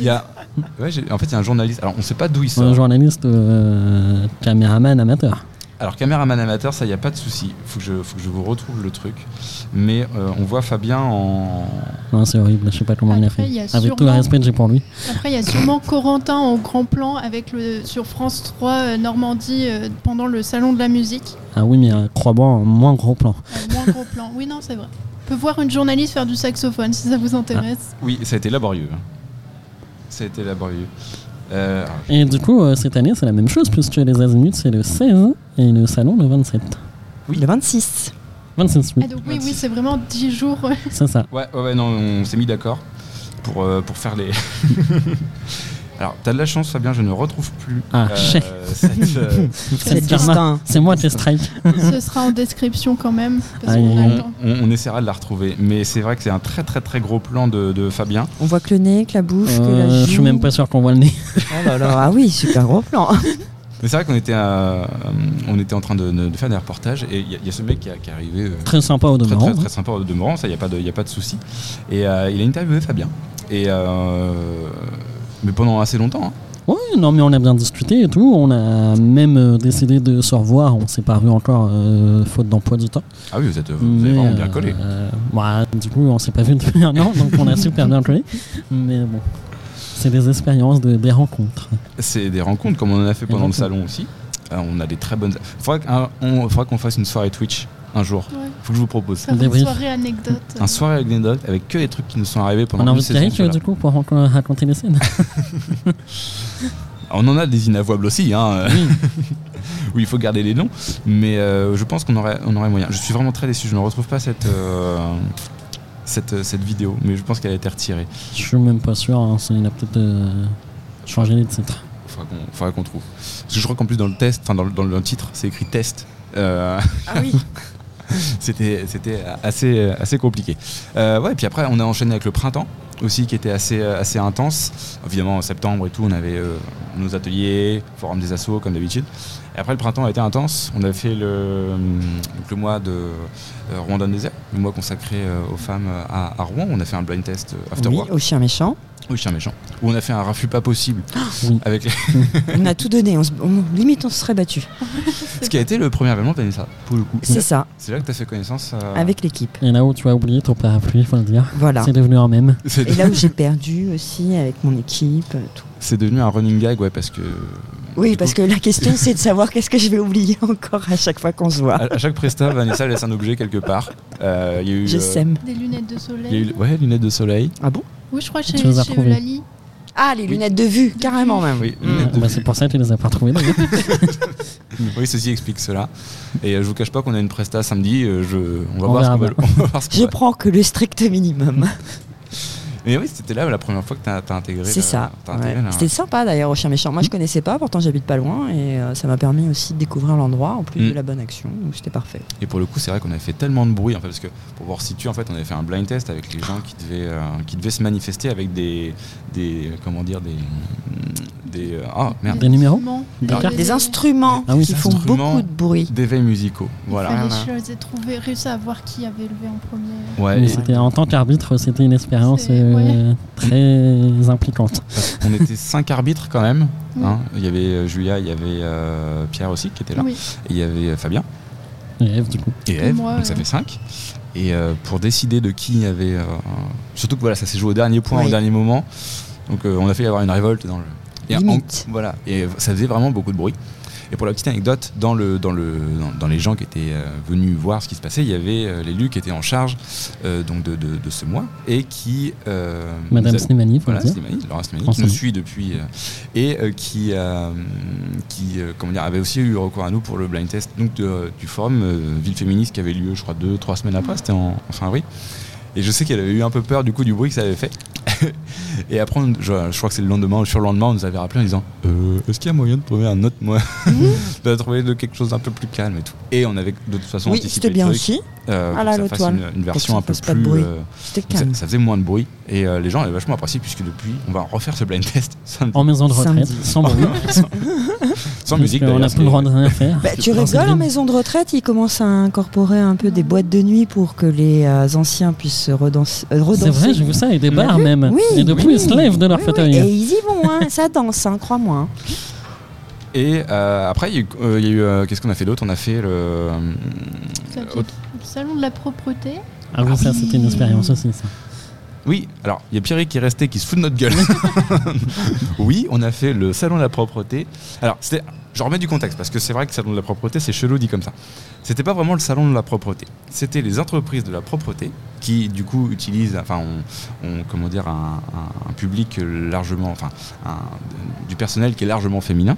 Il y a... ouais, j'ai- en fait, il y a un journaliste, alors on sait pas d'où il sort.
Un journaliste euh, caméraman amateur.
Alors caméraman amateur, ça y a pas de souci. Faut que je, faut que je vous retrouve le truc. Mais euh, on voit Fabien en.
Non, c'est horrible, je sais pas comment il a
Après,
fait.
il y a
Avec tout le
sûrement-
respect que j'ai pour lui.
Après, il y a sûrement Corentin en grand plan avec le, sur France 3 euh, Normandie euh, pendant le salon de la musique.
Ah oui, mais euh, crois-moi, en moins gros plan.
En moins gros plan. Oui, non, c'est vrai. On peut voir une journaliste faire du saxophone si ça vous intéresse.
Oui, ça a été laborieux. hein. Ça a été laborieux. Euh, alors,
Et du coup, euh, cette année, c'est la même chose, puisque les azimuts, c'est le 16 et le salon le 27.
Oui.
Le 26.
26,
Ah,
oui,
donc, oui, oui, c'est vraiment 10 jours. euh,
c'est ça.
ouais, ouais, ouais, non, on s'est mis d'accord pour, euh, pour faire les. alors, t'as de la chance, Fabien, je ne retrouve plus. euh,
Ah, chef.
cette, euh,
C'est
C'est
karma.
Justin.
C'est moi qui strike.
euh, Ce sera en description quand même. Parce
Aïe,
qu'on a
aïe,
le
on,
temps.
on- on essaiera de la retrouver. Mais c'est vrai que c'est un très très très gros plan de, de Fabien.
On voit que le nez, que la bouche, que la
Euh,
joue.
je suis même pas sûr qu'on voit le nez.
Oh là là, ah oui, super gros plan.
Mais c'est vrai qu'on était, euh, on était en train de, de faire des reportages et il y, a- il y a ce mec qui, a- qui est arrivé. euh,
Très sympa au
très,
demeurant.
très, très sympa au demeurant, ça, il n'y a, pas de- y a pas de souci. Et euh, il a interviewé Fabien. Et, euh, mais pendant assez longtemps. hein.
Ouais, non, mais on a bien discuté et tout. On a même euh, décidé de se revoir. On s'est pas vu encore, euh, faute d'emploi du temps.
Ah oui, vous, êtes, vous avez
Mais,
vraiment bien
euh,
collé.
euh, bah, du coup, on s'est pas vu depuis un an, donc on a super bien collé. Mais bon, c'est des expériences, de, des rencontres.
C'est des rencontres comme on en a fait
Des
pendant le
rencontres.
salon aussi. Euh, on a des très bonnes. Il faudra qu'un- on- faudra qu'on fasse une soirée Twitch un jour.
Ouais.
faut que je vous propose.
Faire une
Débrief.
soirée anecdote.
Un soirée avec des notes, avec que les trucs qui nous sont arrivés pendant
on a
une
envie de
saison.
Eric,
voilà.
du coup, pour encore raconter les scènes.
On en a des inavouables aussi, hein, où il faut garder les noms, mais euh, je pense qu'on aurait, on aurait moyen. Je suis vraiment très déçu, je ne retrouve pas cette, euh, cette, euh, cette vidéo, mais je pense qu'elle a été retirée.
Je suis même pas sûr, hein, ça, il a peut-être euh, changé les titres.
Faudra- faudra qu'on faudra qu'on trouve. Parce que je crois qu'en plus dans le test, enfin dans, le- dans le titre, c'est écrit test. Euh,
Ah oui,
c'était c'était assez assez compliqué. Euh, ouais, et puis après on a enchaîné avec le printemps aussi qui était assez euh, assez intense. Évidemment en septembre et tout, on avait euh, nos ateliers, forum des assos comme d'habitude. Et après le printemps a été intense. On a fait le hum, donc le mois de euh, Rouen dans le désert, le mois consacré euh, aux femmes euh, à, à Rouen. On a fait un blind test euh, after
oui
work.
au chien méchant.
Oui, chien méchant. Où on a fait un raffut pas possible
Oui.
avec
On a tout donné, on se- on- limite on se serait battu.
ce qui a été le premier événement de Vanessa, pour le coup.
C'est ça,
C'est là que tu as fait connaissance euh,
avec l'équipe.
Et là où tu as oublié ton parapluie, faut le dire.
Voilà.
C'est devenu un mème.
C'est
Et là où j'ai perdu aussi avec mon équipe. euh, tout.
c'est devenu un running gag, ouais, parce que
Oui,
Du
parce que la question c'est de savoir qu'est-ce que je vais oublier encore à chaque fois qu'on se voit.
à, à chaque presta, Vanessa laisse un objet quelque part. Euh, Il y a eu.
Je
euh,
sème.
Des lunettes de
il y a eu
soleil.
ouais, lunettes de soleil.
Ah bon
Oui, je crois que
Tu
chez,
les as
chez
trouvées.
Eulalie.
Ah, les lunettes de vue, carrément même.
Oui,
Mm.
lunettes de
Bah,
vue.
c'est pour ça que tu les as pas retrouvés d'ailleurs.
oui, ceci explique cela. Et euh, je vous cache pas qu'on a une presta samedi. euh, je... On va
On
voir ce
verra
qu'on va-
bien.
on va voir ce qu'on
Je
va-
prends que le strict minimum.
Mais oui, c'était là la première fois que tu as, intégré.
C'est
la-
ça.
t'as hein. intégré
Ouais.
la-
C'était sympa d'ailleurs au chien méchant.
Mm.
Moi je connaissais pas, pourtant j'habite pas loin et euh, ça m'a permis aussi de découvrir l'endroit en plus
Mm.
de la bonne action. Donc c'était parfait.
Et pour le coup, c'est vrai qu'on avait fait tellement de bruit, en fait, parce que pour voir si tu, en fait, on avait fait un blind test avec les gens qui devaient, euh, qui devaient se manifester avec des, des, comment dire, des, des, euh, ah, merde,
Des numéros
Non,
Des
les-
cartes.
Des instruments
Ah oui,
qui
des
font
instruments.
beaucoup de bruit.
des veilles musicaux,
Voilà. Il
voilà.
fallait je les ai trouvés, réussi à voir qui avait levé en premier.
Ouais,
Mais
et
c'était en tant qu'arbitre, c'était une expérience
C'est-
euh, très impliquante.
on était cinq arbitres quand même.
Oui.
hein. Il y avait euh, Julia, il y avait euh, Pierre aussi qui était là,
Oui.
et il y avait euh, Fabien
Élève, du coup.
et
Et
Eve,
moi,
donc ça
ouais.
fait cinq. Et euh, pour décider de qui avait, euh, surtout que voilà, ça s'est joué au dernier point,
Oui.
au dernier moment. Donc euh, on a fait y avoir une révolte dans le. Et
Limite.
en- voilà, et ça faisait vraiment beaucoup de bruit. Et pour la petite anecdote, dans, le, dans, le, dans, dans les gens qui étaient euh, venus voir ce qui se passait, il y avait euh, l'élu qui était en charge euh, donc de, de- de ce mois et qui. euh,
Madame
nous a-
Slimani, faut le
voilà,
dire.
Slimani, Laurent Slimani,
France
qui nous
Info.
suit depuis euh, et euh, qui, euh, qui euh, comment dire, avait aussi eu recours à nous pour le blind test donc de- du forum euh, Ville Féministe qui avait lieu, je crois, deux, trois semaines après, c'était en, en fin avril. Et je sais qu'elle avait eu un peu peur du coup du bruit que ça avait fait. et après, on- je, je crois que c'est le lendemain ou sur le lendemain, on nous avait rappelé en disant Euh, Est-ce qu'il y a moyen de trouver un autre moyen
Mhm.
De trouver de quelque chose d'un peu plus calme et tout. Et on avait de toute façon
Oui,
anticipé
c'était
le
bien
truc,
aussi. Ah
euh,
à
pour
la
que ça fasse
l'automne,
une, une version
ça
un peu
fasse pas de
plus.
bruit.
euh,
C'était
ça,
calme.
ça faisait moins de bruit et euh, les gens avaient vachement apprécié puisque depuis on va refaire ce blind test sans,
En maison de retraite,
Samedi.
sans bruit.
sans musique.
Oh, On n'a
d'ailleurs,
plus le droit de
parce
rien faire.
Bah, tu
Non, c'est
rigoles, en
bien.
maison de retraite, ils commencent à incorporer un peu des
Ah.
boîtes de nuit pour que les euh, anciens puissent se redanser. euh,
C'est
redanser.
vrai, j'ai vu ça, et des
On l'a
bars
vu.
même.
Oui,
et depuis,
oui.
ils se lèvent de leur
Oui, oui,
fauteuil.
Et ils y vont, hein, ça danse, hein, crois-moi. hein.
que- Et euh, après, il y a eu, euh, il y a eu, euh, qu'est-ce qu'on a fait d'autre On a fait le. euh,
Ça, j'ai-
au-
Le salon de la propreté.
Ah oui, ça, c'était une expérience aussi, ça.
Oui, alors il y a Pierrick qui est resté, qui se fout de notre gueule. oui, on a fait le salon de la propreté. Alors, c'était. Je remets du contexte parce que c'est vrai que le salon de la propreté, c'est chelou dit comme ça. C'était pas vraiment le salon de la propreté. C'était les entreprises de la propreté qui, du coup, utilisent, enfin, on, on- comment dire, un, un- un public largement, enfin, un- du personnel qui est largement féminin,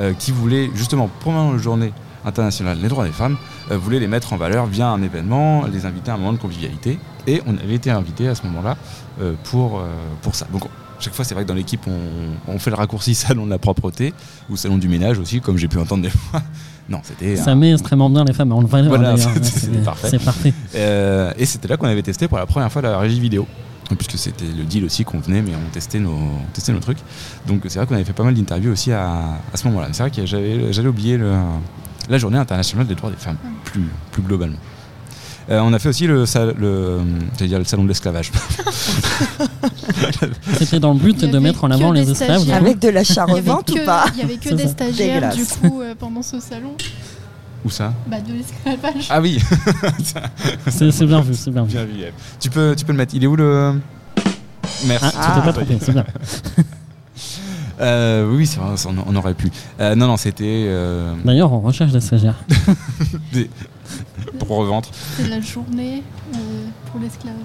euh, qui voulait justement pendant la journée internationale des droits des femmes, euh, voulait les mettre en valeur via un événement, les inviter à un moment de convivialité. Et on avait été invité à ce moment-là euh, pour, euh, pour ça. Donc, chaque fois, c'est vrai que dans l'équipe, on, on fait le raccourci salon de la propreté ou salon du ménage aussi, comme j'ai pu entendre des fois. Non, c'était.
Ça
un-
met extrêmement bien les femmes, on le voit
ah. Voilà,
d'ailleurs.
c'est-
Ouais,
c'est parfait.
C'est parfait.
Euh, et c'était là qu'on avait testé pour la première fois la régie vidéo. Puisque c'était le deal aussi qu'on venait, mais on testait nos, on testait nos trucs. Donc c'est vrai qu'on avait fait pas mal d'interviews aussi à, à ce moment-là. Mais C'est vrai que j'avais, j'allais oublier le- la journée internationale des droits des femmes, plus, plus globalement. Euh, on a fait aussi le, sal- le, j'allais dire le salon de l'esclavage.
C'était dans le
Il
but de
y avait
mettre en
que
avant
des
les esclaves.
stagiaires.
Avec de l'achat
Il y avait
revente
que-
ou pas
Il y avait que
C'est
des
ça.
stagiaires du
Dégueulasse.
coup euh, pendant ce salon.
Où ça
Bah de l'esclavage.
Ah oui
C'est c'est bien vu, c'est bien vu.
Bien vu, Eve. tu peux, tu peux le mettre. Il est où le. Merci.
Ah, tu t'es pas trompé, c'est bien.
Euh, oui, c'est vrai, on, on aurait pu. Euh, non, non, c'était euh,
D'ailleurs, on recherche des stagiaires.
pour revendre.
C'est la journée euh, pour l'esclavage.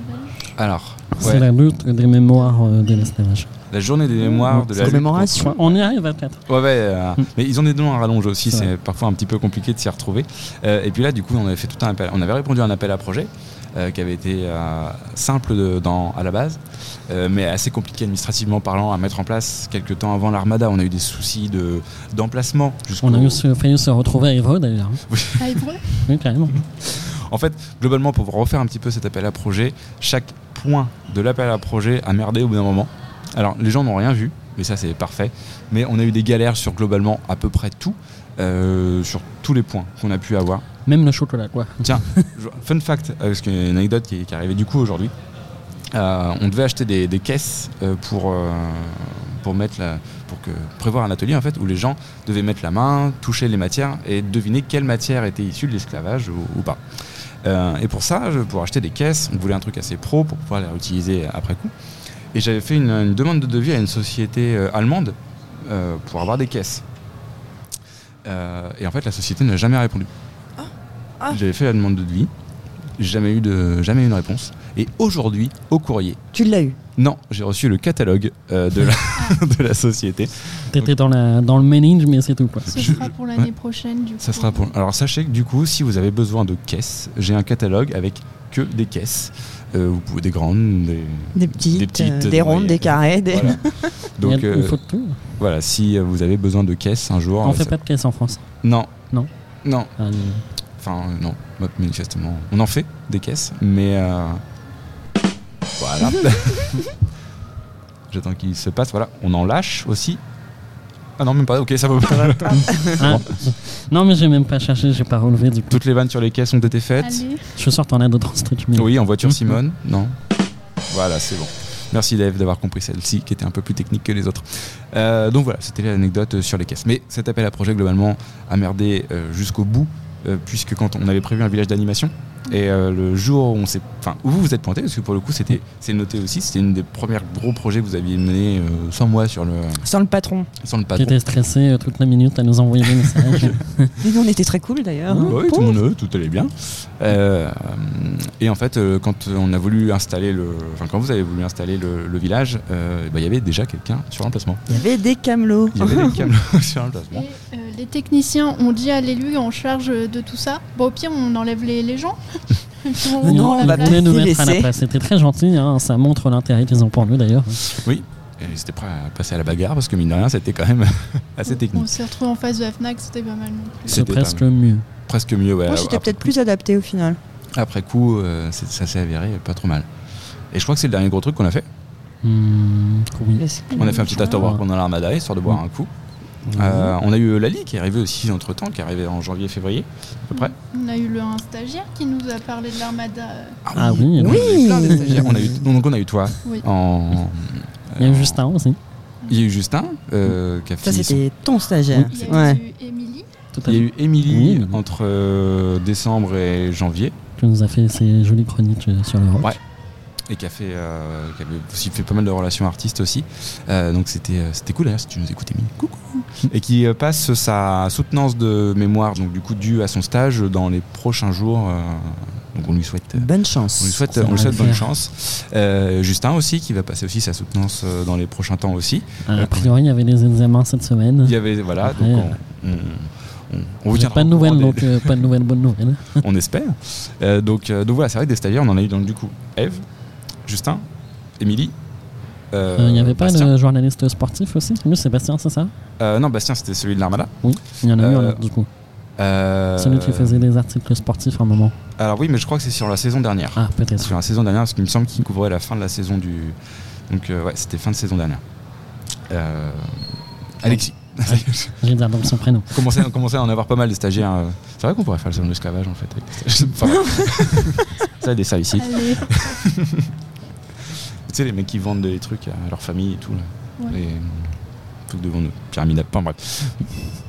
Alors,
C'est
ouais,
la lutte des mémoires euh, de l'esclavage.
la journée des
Mmh.
mémoires de la. lutte
commémoration.
Ouais, On y arrive à 4.
Ouais, ouais, euh,
Mm.
mais ils ont des noms à rallonge aussi,
C'est
c'est
vrai.
parfois un petit peu compliqué de s'y retrouver. Euh, et puis là, du coup, on avait fait tout un appel. On avait répondu à un appel à projet euh, qui avait été euh, simple de- dans, à la base, euh, mais assez compliqué administrativement parlant à mettre en place quelques temps avant l'armada. On a eu des soucis de- d'emplacement. jusqu'au-
On a eu se- failli se retrouver à Évreux d'ailleurs.
Ah, et pour eux
Oui, carrément.
En fait, globalement, pour refaire un petit peu cet appel à projet, chaque point de l'appel à projet a merdé au bout d'un moment. Alors, les gens n'ont rien vu, mais ça, c'est parfait. Mais on a eu des galères sur globalement à peu près tout, euh, sur tous les points qu'on a pu avoir.
Même le chocolat, quoi.
Je- Fun fact, euh, parce qu'il y a une anecdote qui est, qui est arrivée du coup aujourd'hui. Euh, on devait acheter des, des caisses euh, pour, euh, pour, mettre la- pour que, prévoir un atelier en fait où les gens devaient mettre la main, toucher les matières et deviner quelle matière était issue de l'esclavage ou, ou pas. Euh, et pour ça, je- pour acheter des caisses, on voulait un truc assez pro pour pouvoir les réutiliser après coup. Et j'avais fait une, une demande de devis à une société euh, allemande euh, pour avoir des caisses. Euh, et en fait, la société n'a jamais répondu.
Ah.
J'avais fait la demande de devis, jamais eu de, jamais eu de réponse. Et aujourd'hui, au courrier,
Tu l'as eu.
non, j'ai reçu le catalogue euh, de, la, de la société.
T'étais dans, la- dans le méninge, mais c'est tout, quoi.
Ce
Je-
sera pour l'année prochaine, du coup.
Ça sera pour. Alors sachez que du coup, si vous avez besoin de caisses, j'ai un catalogue avec que des caisses. Euh, vous pouvez des grandes, des,
Des petites,
Des
des,
petites,
des
des
rondes,
moyennes.
des carrés. Des...
Voilà. Donc
il, y a- il
euh,
faut de tout.
voilà, si euh, vous avez besoin de caisses un jour,
on
euh,
fait
ça-
pas de caisse en France.
non,
Non.
non,
Ah, non.
enfin euh, non, Bah, manifestement, on en fait des caisses, mais euh, voilà. J'attends qu'il se passe. Voilà, on en lâche aussi. Ah non, même pas. Ok, ça va.
Ah. non, mais j'ai même pas cherché, j'ai pas relevé du coup.
Toutes les vannes sur les caisses ont été faites.
Allez,
Je suis sûr t'en as d'autres en streaming.
Oui, en voiture
Mhm.
Simone, non. Voilà, c'est bon. Merci Dave d'avoir compris celle-ci, qui était un peu plus technique que les autres. Euh, donc voilà, c'était l'anecdote euh, sur les caisses. Mais cet appel à projet, globalement, a merdé euh, jusqu'au bout, euh, puisque quand on avait prévu un village d'animation, et euh, le jour où on s'est... Enfin, où vous vous êtes pointé, parce que pour le coup, c'était,
Mmh.
c'est noté aussi, c'était une des premières gros projets que vous aviez mené euh, sans moi sur le,
Sans le patron.
sans le
Qui
patron.
était stressé euh, toute la minute à nous envoyer des messages.
Mais nous, on était très cool d'ailleurs. hein.
Oui, oui, tout le monde, euh, tout allait bien. Euh, et en fait, euh, quand on a voulu installer le, enfin quand vous avez voulu installer le, le village, euh, bah, il y avait déjà quelqu'un sur l'emplacement.
Il y avait des camelots.
Il y avait des câbles sur l'emplacement.
et, euh, les techniciens ont dit à l'élu en charge de tout ça. Bon, au pire, on enlève les, les gens. Et puis on
Mais non,
prend
on va
la
Ils
place.
voulaient nous
Merci,
mettre à la
laissez.
place. C'était très gentil, hein, ça montre l'intérêt qu'ils ont pour nous d'ailleurs.
Et ils étaient prêts à passer à la bagarre parce que mine de rien, c'était quand même assez
On
technique.
s'est retrouvé en face de la Fnac, c'était pas mal. non plus.
C'est
C'était pas
presque mieux.
Presque mieux. Ouais.
Moi, j'étais
Après-
peut-être plus adapté au final.
Après coup, euh, c'est- ça s'est avéré pas trop mal. Et je crois que c'est le dernier gros truc qu'on a fait.
Hmm, oui.
Mais c'est-
On a fait un petit afterwork
Ah. Mmh.
pendant l'armada, histoire de boire un coup. Euh, on a eu Lali qui est arrivée aussi entre temps, qui est arrivée en janvier-février à peu près.
On a eu le, un stagiaire qui nous a parlé de l'armada. euh,
Ah oui,
on a eu
oui.
plein de stagiaires. On a eu, donc on a eu toi
Oui.
en,
Mmh. Il y a eu Justin
euh,
aussi.
Il y a eu Justin euh, qui a
Ça,
fini son-
c'était ton stagiaire.
Il y a
Ouais.
eu Émilie.
Tout à
Il y a
fait.
eu Émilie
Oui.
entre euh, décembre et janvier
Qui nous a fait ces jolies chroniques euh, sur le rock.
Ouais. et qui a fait euh, qui avait aussi fait pas mal de relations artistes aussi. Euh, donc c'était euh, c'était cool d'ailleurs si tu nous écoutes Émilie. Coucou. Et qui euh, passe sa soutenance de mémoire donc du coup due à son stage dans les prochains jours. euh, donc on lui souhaite euh,
Bonne chance.
On lui souhaite,
Ça
on lui
va
souhaite
le
bonne
faire.
chance. Euh, Justin aussi, qui va passer aussi sa soutenance euh, dans les prochains temps aussi.
Euh, A priori, il y avait des examens cette semaine.
Il y avait, voilà, donc
Ouais.
on, on, on, on vous
J'ai
tiendra
Pas de
au courant
nouvelles,
des-
donc euh, pas de nouvelles, bonnes nouvelles.
on espère. Euh, donc, euh, donc voilà, c'est vrai que des stagiaires, on en a eu donc du coup Eve, Justin, Émilie. euh,
Euh, Il n'y avait pas
Bastien.
de journaliste sportif aussi Lui, Sébastien, c'est ça
Euh, non, Bastien, c'était celui de l'Armada.
Il y en a eu un
Euh,
autre, du coup.
Euh,
Celui qui faisait des articles sportifs à un moment.
Alors oui, mais je crois que c'est sur la saison dernière.
Ah, peut-être.
Sur la saison dernière, parce qu'il me semble qu'il couvrait la fin de la saison du. Donc euh, ouais, c'était fin de saison dernière. Euh, Alexis.
J'ai dit donc son prénom.
on, commençait, on commençait à en avoir pas mal des stagiaires. euh. C'est vrai qu'on pourrait faire le salon de l'esclavage en fait. avec des stagiaires. Enfin, bref. ça, des services. Tu
Allez.
sais, les mecs qui vendent des trucs à leur famille et tout. là.
Ouais.
Les euh, trucs devant nous. Pyramide à pain, bref.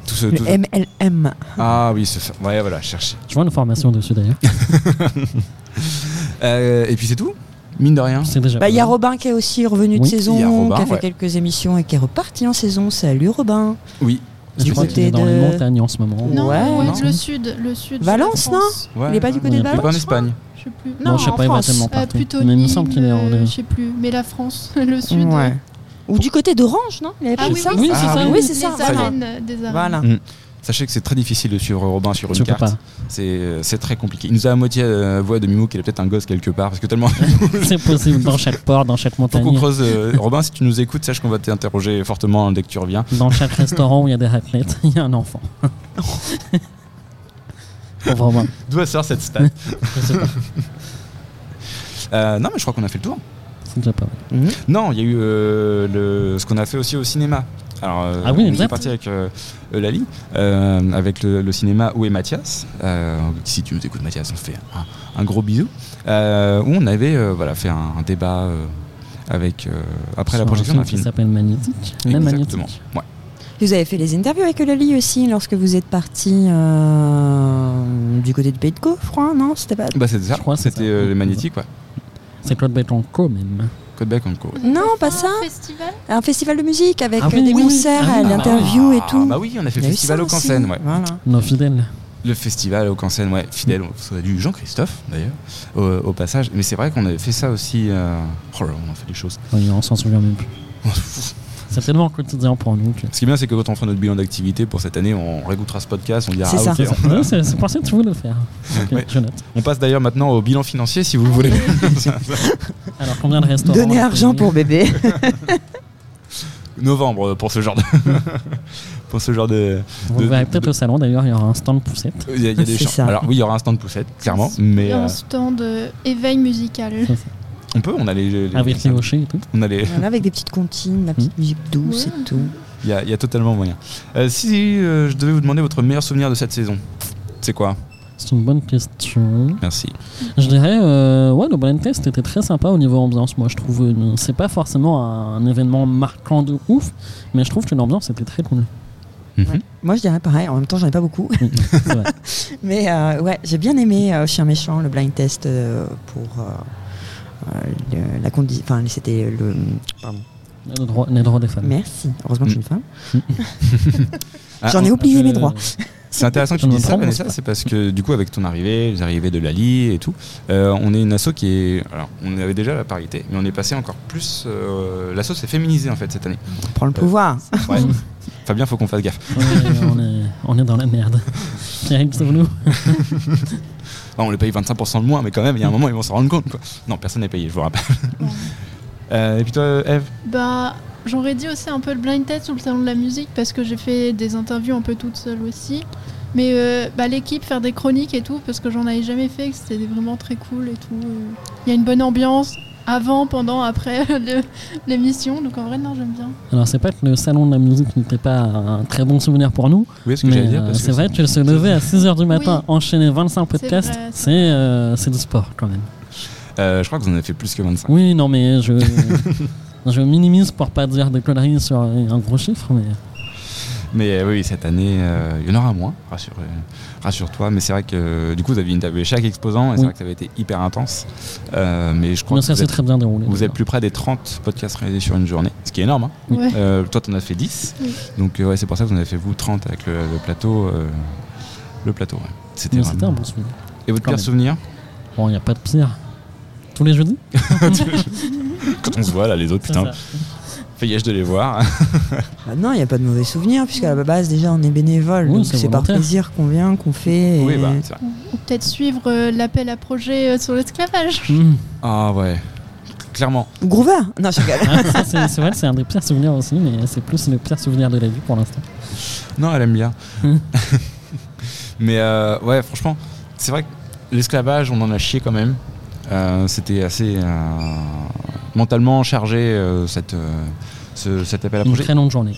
Tout ce, tout
Le
ce-
MLM.
Ah oui, ce... ouais, voilà, chercher.
Je vois une formation dessus d'ailleurs.
Euh, et puis c'est tout Mine de rien.
C'est déjà.
Bah, Il y a
pas
Robin qui est aussi revenu de
Oui.
Il y a
saison,
Robin,
qui a fait
ouais.
quelques émissions et qui est reparti en saison. Salut Robin.
Oui.
mal. Je
du
crois
côté
qu'il est dans les
de-
montagnes en ce moment.
Non,
Ouais.
ouais,
Non.
le sud, le sud.
Valence,
de la France.
Ouais,
Il est pas du
ouais,
côté
ouais.
de
Il est
Valence,
pas en
je crois
Espagne.
Je sais plus.
Non, je sais
en
pas, il va
France.
tellement
Euh,
partout.
plutôt
Mais il me semble
Nîmes,
qu'il est en-
euh, Je sais plus, mais la France, le sud.
Ouais.
euh.
Ou du côté d'Orange, non Il avait
Ah
fait
oui,
ça
oui,
Ah
c'est
oui.
ça.
Oui, c'est ça,
Les
voilà.
arènes euh, des arènes.
Voilà.
Mm. Sachez que c'est très difficile de suivre Robin sur une
Tu peux
carte.
pas.
C'est euh, c'est très compliqué. Il nous a à moitié euh, voix de Mimo qu'il a peut-être un gosse quelque part parce que tellement
C'est possible dans chaque port, dans chaque
faut qu'on
montagne,
creuse. euh, Robin, si tu nous écoutes, sache qu'on va t'interroger fortement dès que tu reviens.
dans chaque restaurant où il y a des raclettes, il y a un enfant. Pauvre Robin.
D'où elle sort cette stat
Je sais pas.
Euh, Non, mais je crois qu'on a fait le tour.
C'est déjà pas mal.
Non, il y a eu euh, le, ce qu'on a fait aussi au cinéma. Alors, euh,
Ah oui,
on est
exact.
parti avec euh, Eulalie, euh, avec le, le cinéma Où est Mathias Euh, Si tu nous écoutes, Mathias, on te fait un, un gros bisou. Euh, où on avait euh, voilà, fait un, un débat euh, avec, euh, après la
Sur
projection d'un
qui
film.
s'appelle Magnétique. La
Exactement.
Magnétique.
Ouais.
Vous avez fait les interviews avec Loli aussi lorsque vous êtes parti euh, du côté de Pays de Caux, je crois, non C'était pas.
Bah, c'était ça.
Je crois que c'est
C'était
ça.
euh, les magnétiques, ouais.
C'est Claude Bétonco même.
Québec en cours.
Non, pas ça.
Un festival
Un festival de musique avec
Ah
euh,
oui,
des
oui.
concerts,
Ah oui,
euh,
bah,
l'interview et tout.
Bah oui, on a fait le
Il y a eu
festival
ça
au
aussi.
Cansen, ouais.
Voilà.
Nos fidèles.
Le festival au Cansen, ouais, fidèle, on salue Jean-Christophe d'ailleurs, au, au passage. Mais c'est vrai qu'on avait fait ça aussi. euh, Oh là, on a fait des choses.
Oui, on s'en souvient même plus. C'est tellement quotidien pour nous. que-
Ce qui est bien, c'est que quand on fera notre bilan d'activité pour cette année, on réécoutera ce podcast, on dira
C'est
ah,
ça.
ok,
C'est ça. Ouais, C'est c'est pour ça que tu voulais le faire. Ok,
Ouais.
Je note.
On passe d'ailleurs maintenant au bilan financier si vous le voulez.
Alors combien de restaurants
Donner
on a
argent
payé
pour bébé.
Novembre euh, pour ce genre de. pour ce genre de.
Vous
de-
verrez
de-
peut-être au salon d'ailleurs, il y aura un stand poussette.
Il y a, il y a des
C'est
champs.
ça.
Alors oui, il y aura un stand de poussette, clairement. Mais
et un
euh,
stand euh, éveil musical.
on peut, on a les.
Ah
les-
Avec les hochers et tout.
on a les.
Voilà, avec des petites comptines, la
Hmm.
petite musique douce et tout.
Il y a, il y a totalement moyen. Euh, si euh, je devais vous demander votre meilleur souvenir de cette saison, c'est quoi
C'est une bonne question.
Merci.
Je dirais, euh, ouais, le blind test était très sympa au niveau ambiance. Moi, je trouve, euh, c'est pas forcément un événement marquant de ouf, mais je trouve que l'ambiance était très cool.
Moi, je dirais pareil. En même temps, j'en ai pas beaucoup.
C'est vrai.
Mais euh, ouais, j'ai bien aimé euh, Chien Méchant, le blind test euh, pour. euh, euh, le- la condi- enfin c'était le pardon
Les droits, les droits des femmes.
merci heureusement que je suis une femme
Hmm.
Ah,
j'en ai oublié
Oh, Je-
mes droits
C'est intéressant que
Je
tu
me
dises ça,
trompe,
Vanessa,
c'est pas-
c'est parce que du coup, avec ton arrivée, les arrivées de Lali et tout, euh, on est une asso qui est. Alors, on avait déjà la parité, mais on est passé encore plus. euh, L'asso s'est féminisée en fait cette année.
on prend le pouvoir
Ouais. Fabien, faut qu'on fasse gaffe.
Ouais, on, est, on est dans la merde. Pierre-Yves, sauve-nous.
Enfin, on les paye 25% de moins, mais quand même, il y a un moment, ils vont se rendre compte. Quoi. Non, personne n'est payé, je vous rappelle.
Bon.
Euh, et puis toi, Eve
Bah, j'aurais dit aussi un peu le blind test ou le salon de la musique parce que j'ai fait des interviews un peu toute seule aussi. Mais euh, bah, l'équipe, faire des chroniques et tout, parce que j'en avais jamais fait, que c'était vraiment très cool et tout. Euh, Il y a une bonne ambiance avant, pendant, après le- l'émission, donc en vrai, non, j'aime bien.
Alors, c'est pas que le salon de la musique n'était pas un très bon souvenir pour nous,
Oui, ce que
mais
j'allais dire.
euh,
parce que
c'est vrai que se lever à 6h du matin, enchaîner 25
C'est
podcasts,
vrai, c'est
c'est euh, c'est du sport quand même.
Euh, je crois que vous en avez fait plus que 25.
Oui, non, mais je, je minimise pour pas dire des conneries sur un gros chiffre, mais
Mais euh, oui, cette année, euh, il y en aura moins, rassure- euh, rassure-toi. mais c'est vrai que euh, du coup, vous aviez interviewé chaque exposant et c'est
Oui.
vrai que ça avait été hyper intense. Euh, mais je crois
mais
que
ça
vous
s'est
êtes,
très bien déroulé.
vous êtes
d'ailleurs.
plus près des 30 podcasts réalisés sur une journée, ce qui est énorme. hein.
Oui.
Ouais.
Euh, toi, t'en as fait 10.
Oui.
Donc, euh, ouais, c'est pour ça que vous en avez fait vous 30 avec le, le plateau. euh, le plateau, ouais. C'était
Mais C'était
vraiment-
un bon souvenir.
Et votre
quand
pire
même.
souvenir
Bon, il n'y a pas de pire. Tous les jeudis
Quand on se voit là, les autres,
c'est
putain,
ça.
feuillage de les voir.
Bah non, il n'y a pas de mauvais souvenir, puisqu'à la base, déjà, on est bénévole.
Oui,
donc
c'est
c'est par
volontaire.
plaisir qu'on vient, qu'on fait. et-
oui, bah, c'est vrai.
Ou peut-être suivre euh, l'appel à projet euh, sur l'esclavage.
Mmh.
Ah, ouais. Clairement.
Groover Non, je rigole.
Ah, ça, c'est c'est vrai, que c'est un des pires souvenirs aussi, mais c'est plus le pire souvenir de la vie pour l'instant.
Non, elle aime bien.
Hmm.
Mais euh, ouais, franchement, c'est vrai que l'esclavage, on en a chié quand même. Euh, C'était assez euh, mentalement chargé euh, cette, euh, ce- cet appel à
Une
projet.
très longue journée.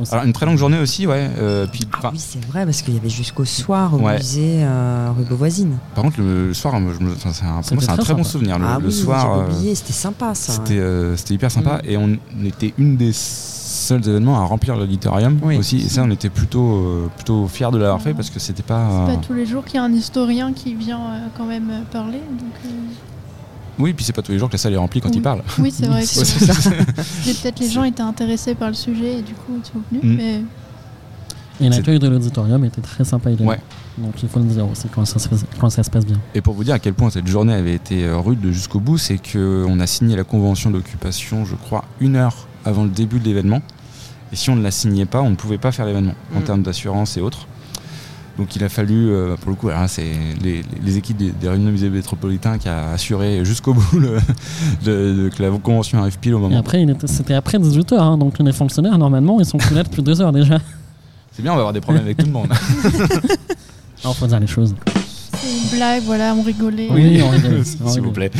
aussi.
Alors, une très longue journée aussi, ouais. euh, puis,
Ah
enfin,
oui, c'est vrai, parce qu'il y avait jusqu'au soir au
Ouais.
musée euh, rue Beauvoisine.
Par contre, le soir, moi, je me- enfin, c'est un, pour moi, c'est
C'était
un
très
très bon
sympa.
souvenir. Le,
ah
le
oui,
soir, euh,
j'avais oublié, c'était sympa ça.
c'était euh, c'était hyper sympa. Et on était une des seuls événements à remplir l'auditorium
Oui.
aussi. Et ça, on était plutôt, euh, plutôt fiers de l'avoir fait parce que c'était pas.
C'est
euh,
pas tous les jours qu'il y a un historien qui vient euh, quand même euh, parler. Donc, euh,
Oui, puis c'est pas tous les jours que la salle est remplie quand
Oui.
ils parlent.
oui, c'est vrai.
C'est
que-
surtout ça.
Et Peut-être les gens étaient intéressés par le sujet et du coup ils sont venus.
Mm.
Mais
Et l'accueil de l'auditorium était très sympa également.
Ouais.
Donc il faut le dire aussi quand ça se, faisait- quand ça se passe bien.
Et pour vous dire à quel point cette journée avait été euh, rude jusqu'au bout, c'est qu'on a signé la convention d'occupation, je crois, une heure avant le début de l'événement. Et si on ne la signait pas, on ne pouvait pas faire l'événement en
Mm.
termes d'assurance et autres. Donc il a fallu, euh, pour le coup, alors là, c'est les, les équipes des, des réunions du musée métropolitain qui a assuré jusqu'au bout le- de, de- que la convention arrive pile au
Et
moment.
après, il était- c'était après 18h, donc les fonctionnaires, normalement, ils sont plus là depuis deux heures déjà.
C'est bien, on va avoir des problèmes avec tout le monde.
Alors, faut dire les choses.
C'est une blague, voilà, on rigolait.
Oui, on rigole, on
s'il
rigole.
vous plaît.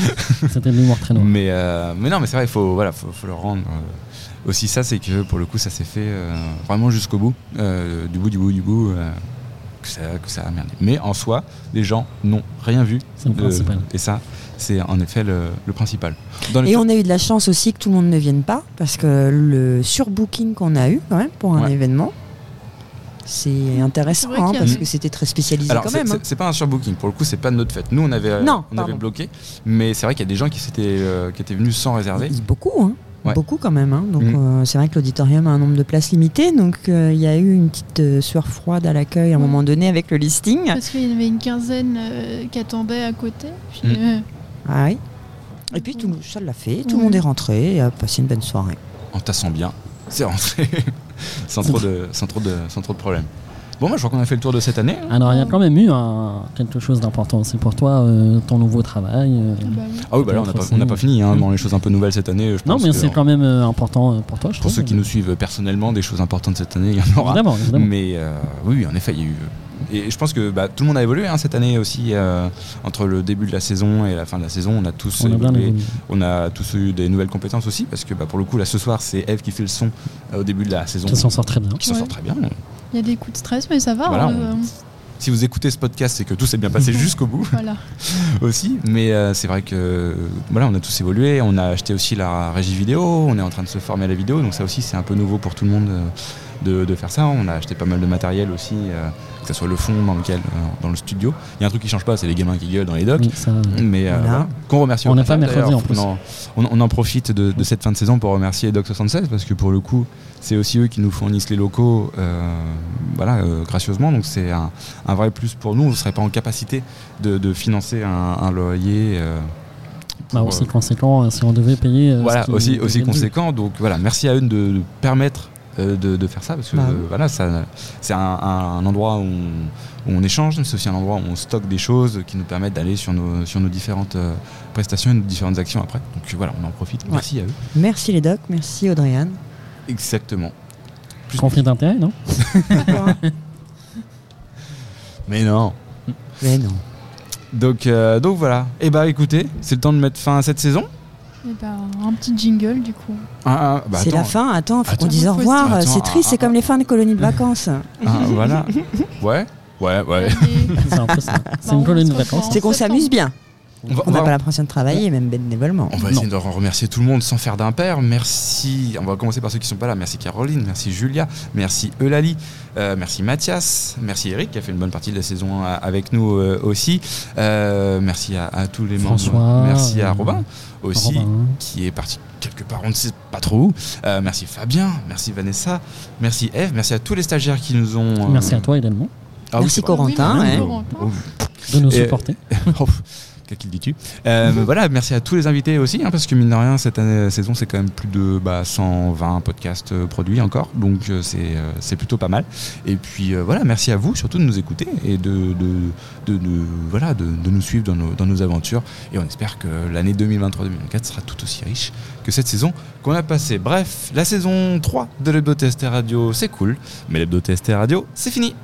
C'était de l'humour très noir.
Mais, euh, mais non, mais c'est vrai, il faut, voilà, faut, faut leur rendre euh, aussi ça, c'est que pour le coup, ça s'est fait euh, vraiment jusqu'au bout, euh, du bout, du bout, du bout, euh, que, ça, que ça a merdé. Mais en soi, les gens n'ont rien vu.
C'est le
de-
principal.
Et ça, c'est en effet le, le principal. Dans les
Et
faits-
on a eu de la chance aussi que tout le monde ne vienne pas, parce que le surbooking qu'on a eu quand même pour un
Ouais.
événement, c'est intéressant,
C'est vrai
hein,
qu'il y a-
parce que c'était très spécialisé
Alors,
quand
c'est-
même. hein.
c'est c'est pas un surbooking, pour le coup, c'est pas de notre fait. Nous, on avait, euh,
Non,
on
pardon.
avait bloqué, mais c'est vrai qu'il y a des gens qui, s'étaient, euh, qui étaient venus sans réserver.
Il- Beaucoup, hein.
Ouais.
Beaucoup quand même. hein. Donc
Mm.
euh, c'est vrai que l'auditorium a un nombre de places limitées, donc euh, il y a eu une petite euh, sueur froide à l'accueil à un
Mm.
moment donné avec le listing.
Parce qu'il y en avait une quinzaine euh, qui attendait à côté. Puis,
Mm.
euh,
Ah oui. Et puis tout, ça l'a fait, tout le
Oui.
monde est rentré et a passé une bonne soirée.
en tassant bien, c'est rentré sans, trop de, sans, trop de, sans trop de problèmes. Bon, moi je crois qu'on a fait le tour de cette année.
Alors, il y a quand même eu un- quelque chose d'important aussi pour toi, euh, ton nouveau travail. euh.
ah bah oui.
Ah oui, bah là on n'a pas, on n'a pas fini, hein, dans les choses un peu nouvelles cette année, je
Mmh. Non,
pense
mais
que
c'est quand même euh, important euh, pour toi, je
Pour
trouve.
ceux qui nous suivent personnellement, des choses importantes cette année, il y en aura.
Évidemment, évidemment.
Mais euh, oui, oui, en effet, il y a eu. Et je pense que bah, tout le monde a évolué hein, cette année aussi. euh, entre le début de la saison et la fin de la saison, on a tous
On a bien
évolué.
évolué.
On a tous eu des nouvelles compétences aussi, parce que bah, pour le coup, là ce soir, c'est Eve qui fait le son euh, au début de la saison.
Ça s'en sort très bien.
Qui s'en sort
Ouais.
très bien.
Il y a des coups de stress, mais ça va.
Voilà,
hein,
on-
euh,
Si vous écoutez ce podcast, c'est que tout s'est bien passé jusqu'au bout.
voilà.
aussi. Mais euh, c'est vrai que euh, voilà, on a tous évolué. On a acheté aussi la régie vidéo. On est en train de se former à la vidéo. Donc ça aussi, c'est un peu nouveau pour tout le monde euh, de, de faire ça. On a acheté pas mal de matériel aussi, euh, que ce soit le fond dans lequel, euh, dans le studio. Il y a un truc qui change pas, c'est les gamins qui gueulent dans les docs.
Oui, ça,
Mais euh,
Voilà.
voilà, qu'on remercie. au
On n'est
passage,
pas mercredi,
d'ailleurs.
en plus.
On en, on- on en profite de, de cette fin de saison pour remercier Doc76 parce que pour le coup, c'est aussi eux qui nous fournissent les locaux euh, voilà, euh, gracieusement. Donc c'est un, un vrai plus pour nous. On ne serait pas en capacité de, de financer un, un loyer. euh,
bah,
pour,
aussi
euh,
conséquent, euh, si on devait payer. euh, ce
voilà,
qui-
aussi,
qui
aussi
était dû.
conséquent. Donc voilà, merci à eux de, de permettre euh, de, de faire ça parce que
Bah
euh,
oui.
voilà, ça, c'est un, un- un endroit où on, où on échange, mais c'est aussi un endroit où on stocke des choses qui nous permettent d'aller sur nos, sur nos différentes euh, prestations et nos différentes actions après. Donc voilà, on en profite.
Ouais.
Merci à eux.
Merci les docs, merci Audrey-Anne.
Exactement. Plus-
Conflit d'intérêt, non
Mais non.
Mais non.
Donc, euh, donc voilà. Et bah écoutez, c'est le temps de mettre fin à cette saison.
Et bah, un petit jingle, du coup.
Ah, ah, bah,
c'est
attends.
la fin, attends, faut
Attends.
qu'on dise au revoir,
Attends,
c'est triste,
ah,
c'est
ah,
comme les fins de colonies de vacances.
Ah, voilà. Ouais. Ouais, ouais.
Allez.
C'est un peu ça. C'est
Bah,
une
on
colonie de
se reprend.
vacances.
c'est qu'on s'amuse bien,
On va-
on
on
n'a
va-
pas l'impression de travailler, même bénévolement.
On va essayer de remercier tout le monde sans faire d'impair. Merci. On va commencer par ceux qui sont pas là. Merci Caroline, merci Julia, merci Eulalie, euh, merci Mathias, merci Eric qui a fait une bonne partie de la saison euh, avec nous euh, aussi. Euh, merci à, à tous les
François,
membres. Merci à
euh,
Robin aussi
Robin.
qui est parti quelque part, on ne sait pas trop où. Euh, merci Fabien, merci Vanessa, merci Eve, merci à tous les stagiaires qui nous ont. euh,
Merci à toi également
Ah oui,
Merci
c'est vrai.
Corentin,
Oui,
hein.
Corentin.
Oh,
de nous
Et-
supporter.
Oh, Qu'est-ce qu'il dit tu Euh, mais Voilà, merci à tous les invités aussi, hein, parce que mine de rien, cette année- saison, c'est quand même plus de bah, 120 podcasts euh, produits encore, donc euh, c'est euh, c'est plutôt pas mal. Et puis euh, voilà, merci à vous surtout de nous écouter et de, de, de, de- voilà, de, de nous suivre dans nos, dans nos aventures. Et on espère que l'année 2023-2024 sera tout aussi riche que cette saison qu'on a passée. Bref, la saison 3 de l'Hebdo TST Radio, c'est cool, mais l'Hebdo TST Radio, c'est fini.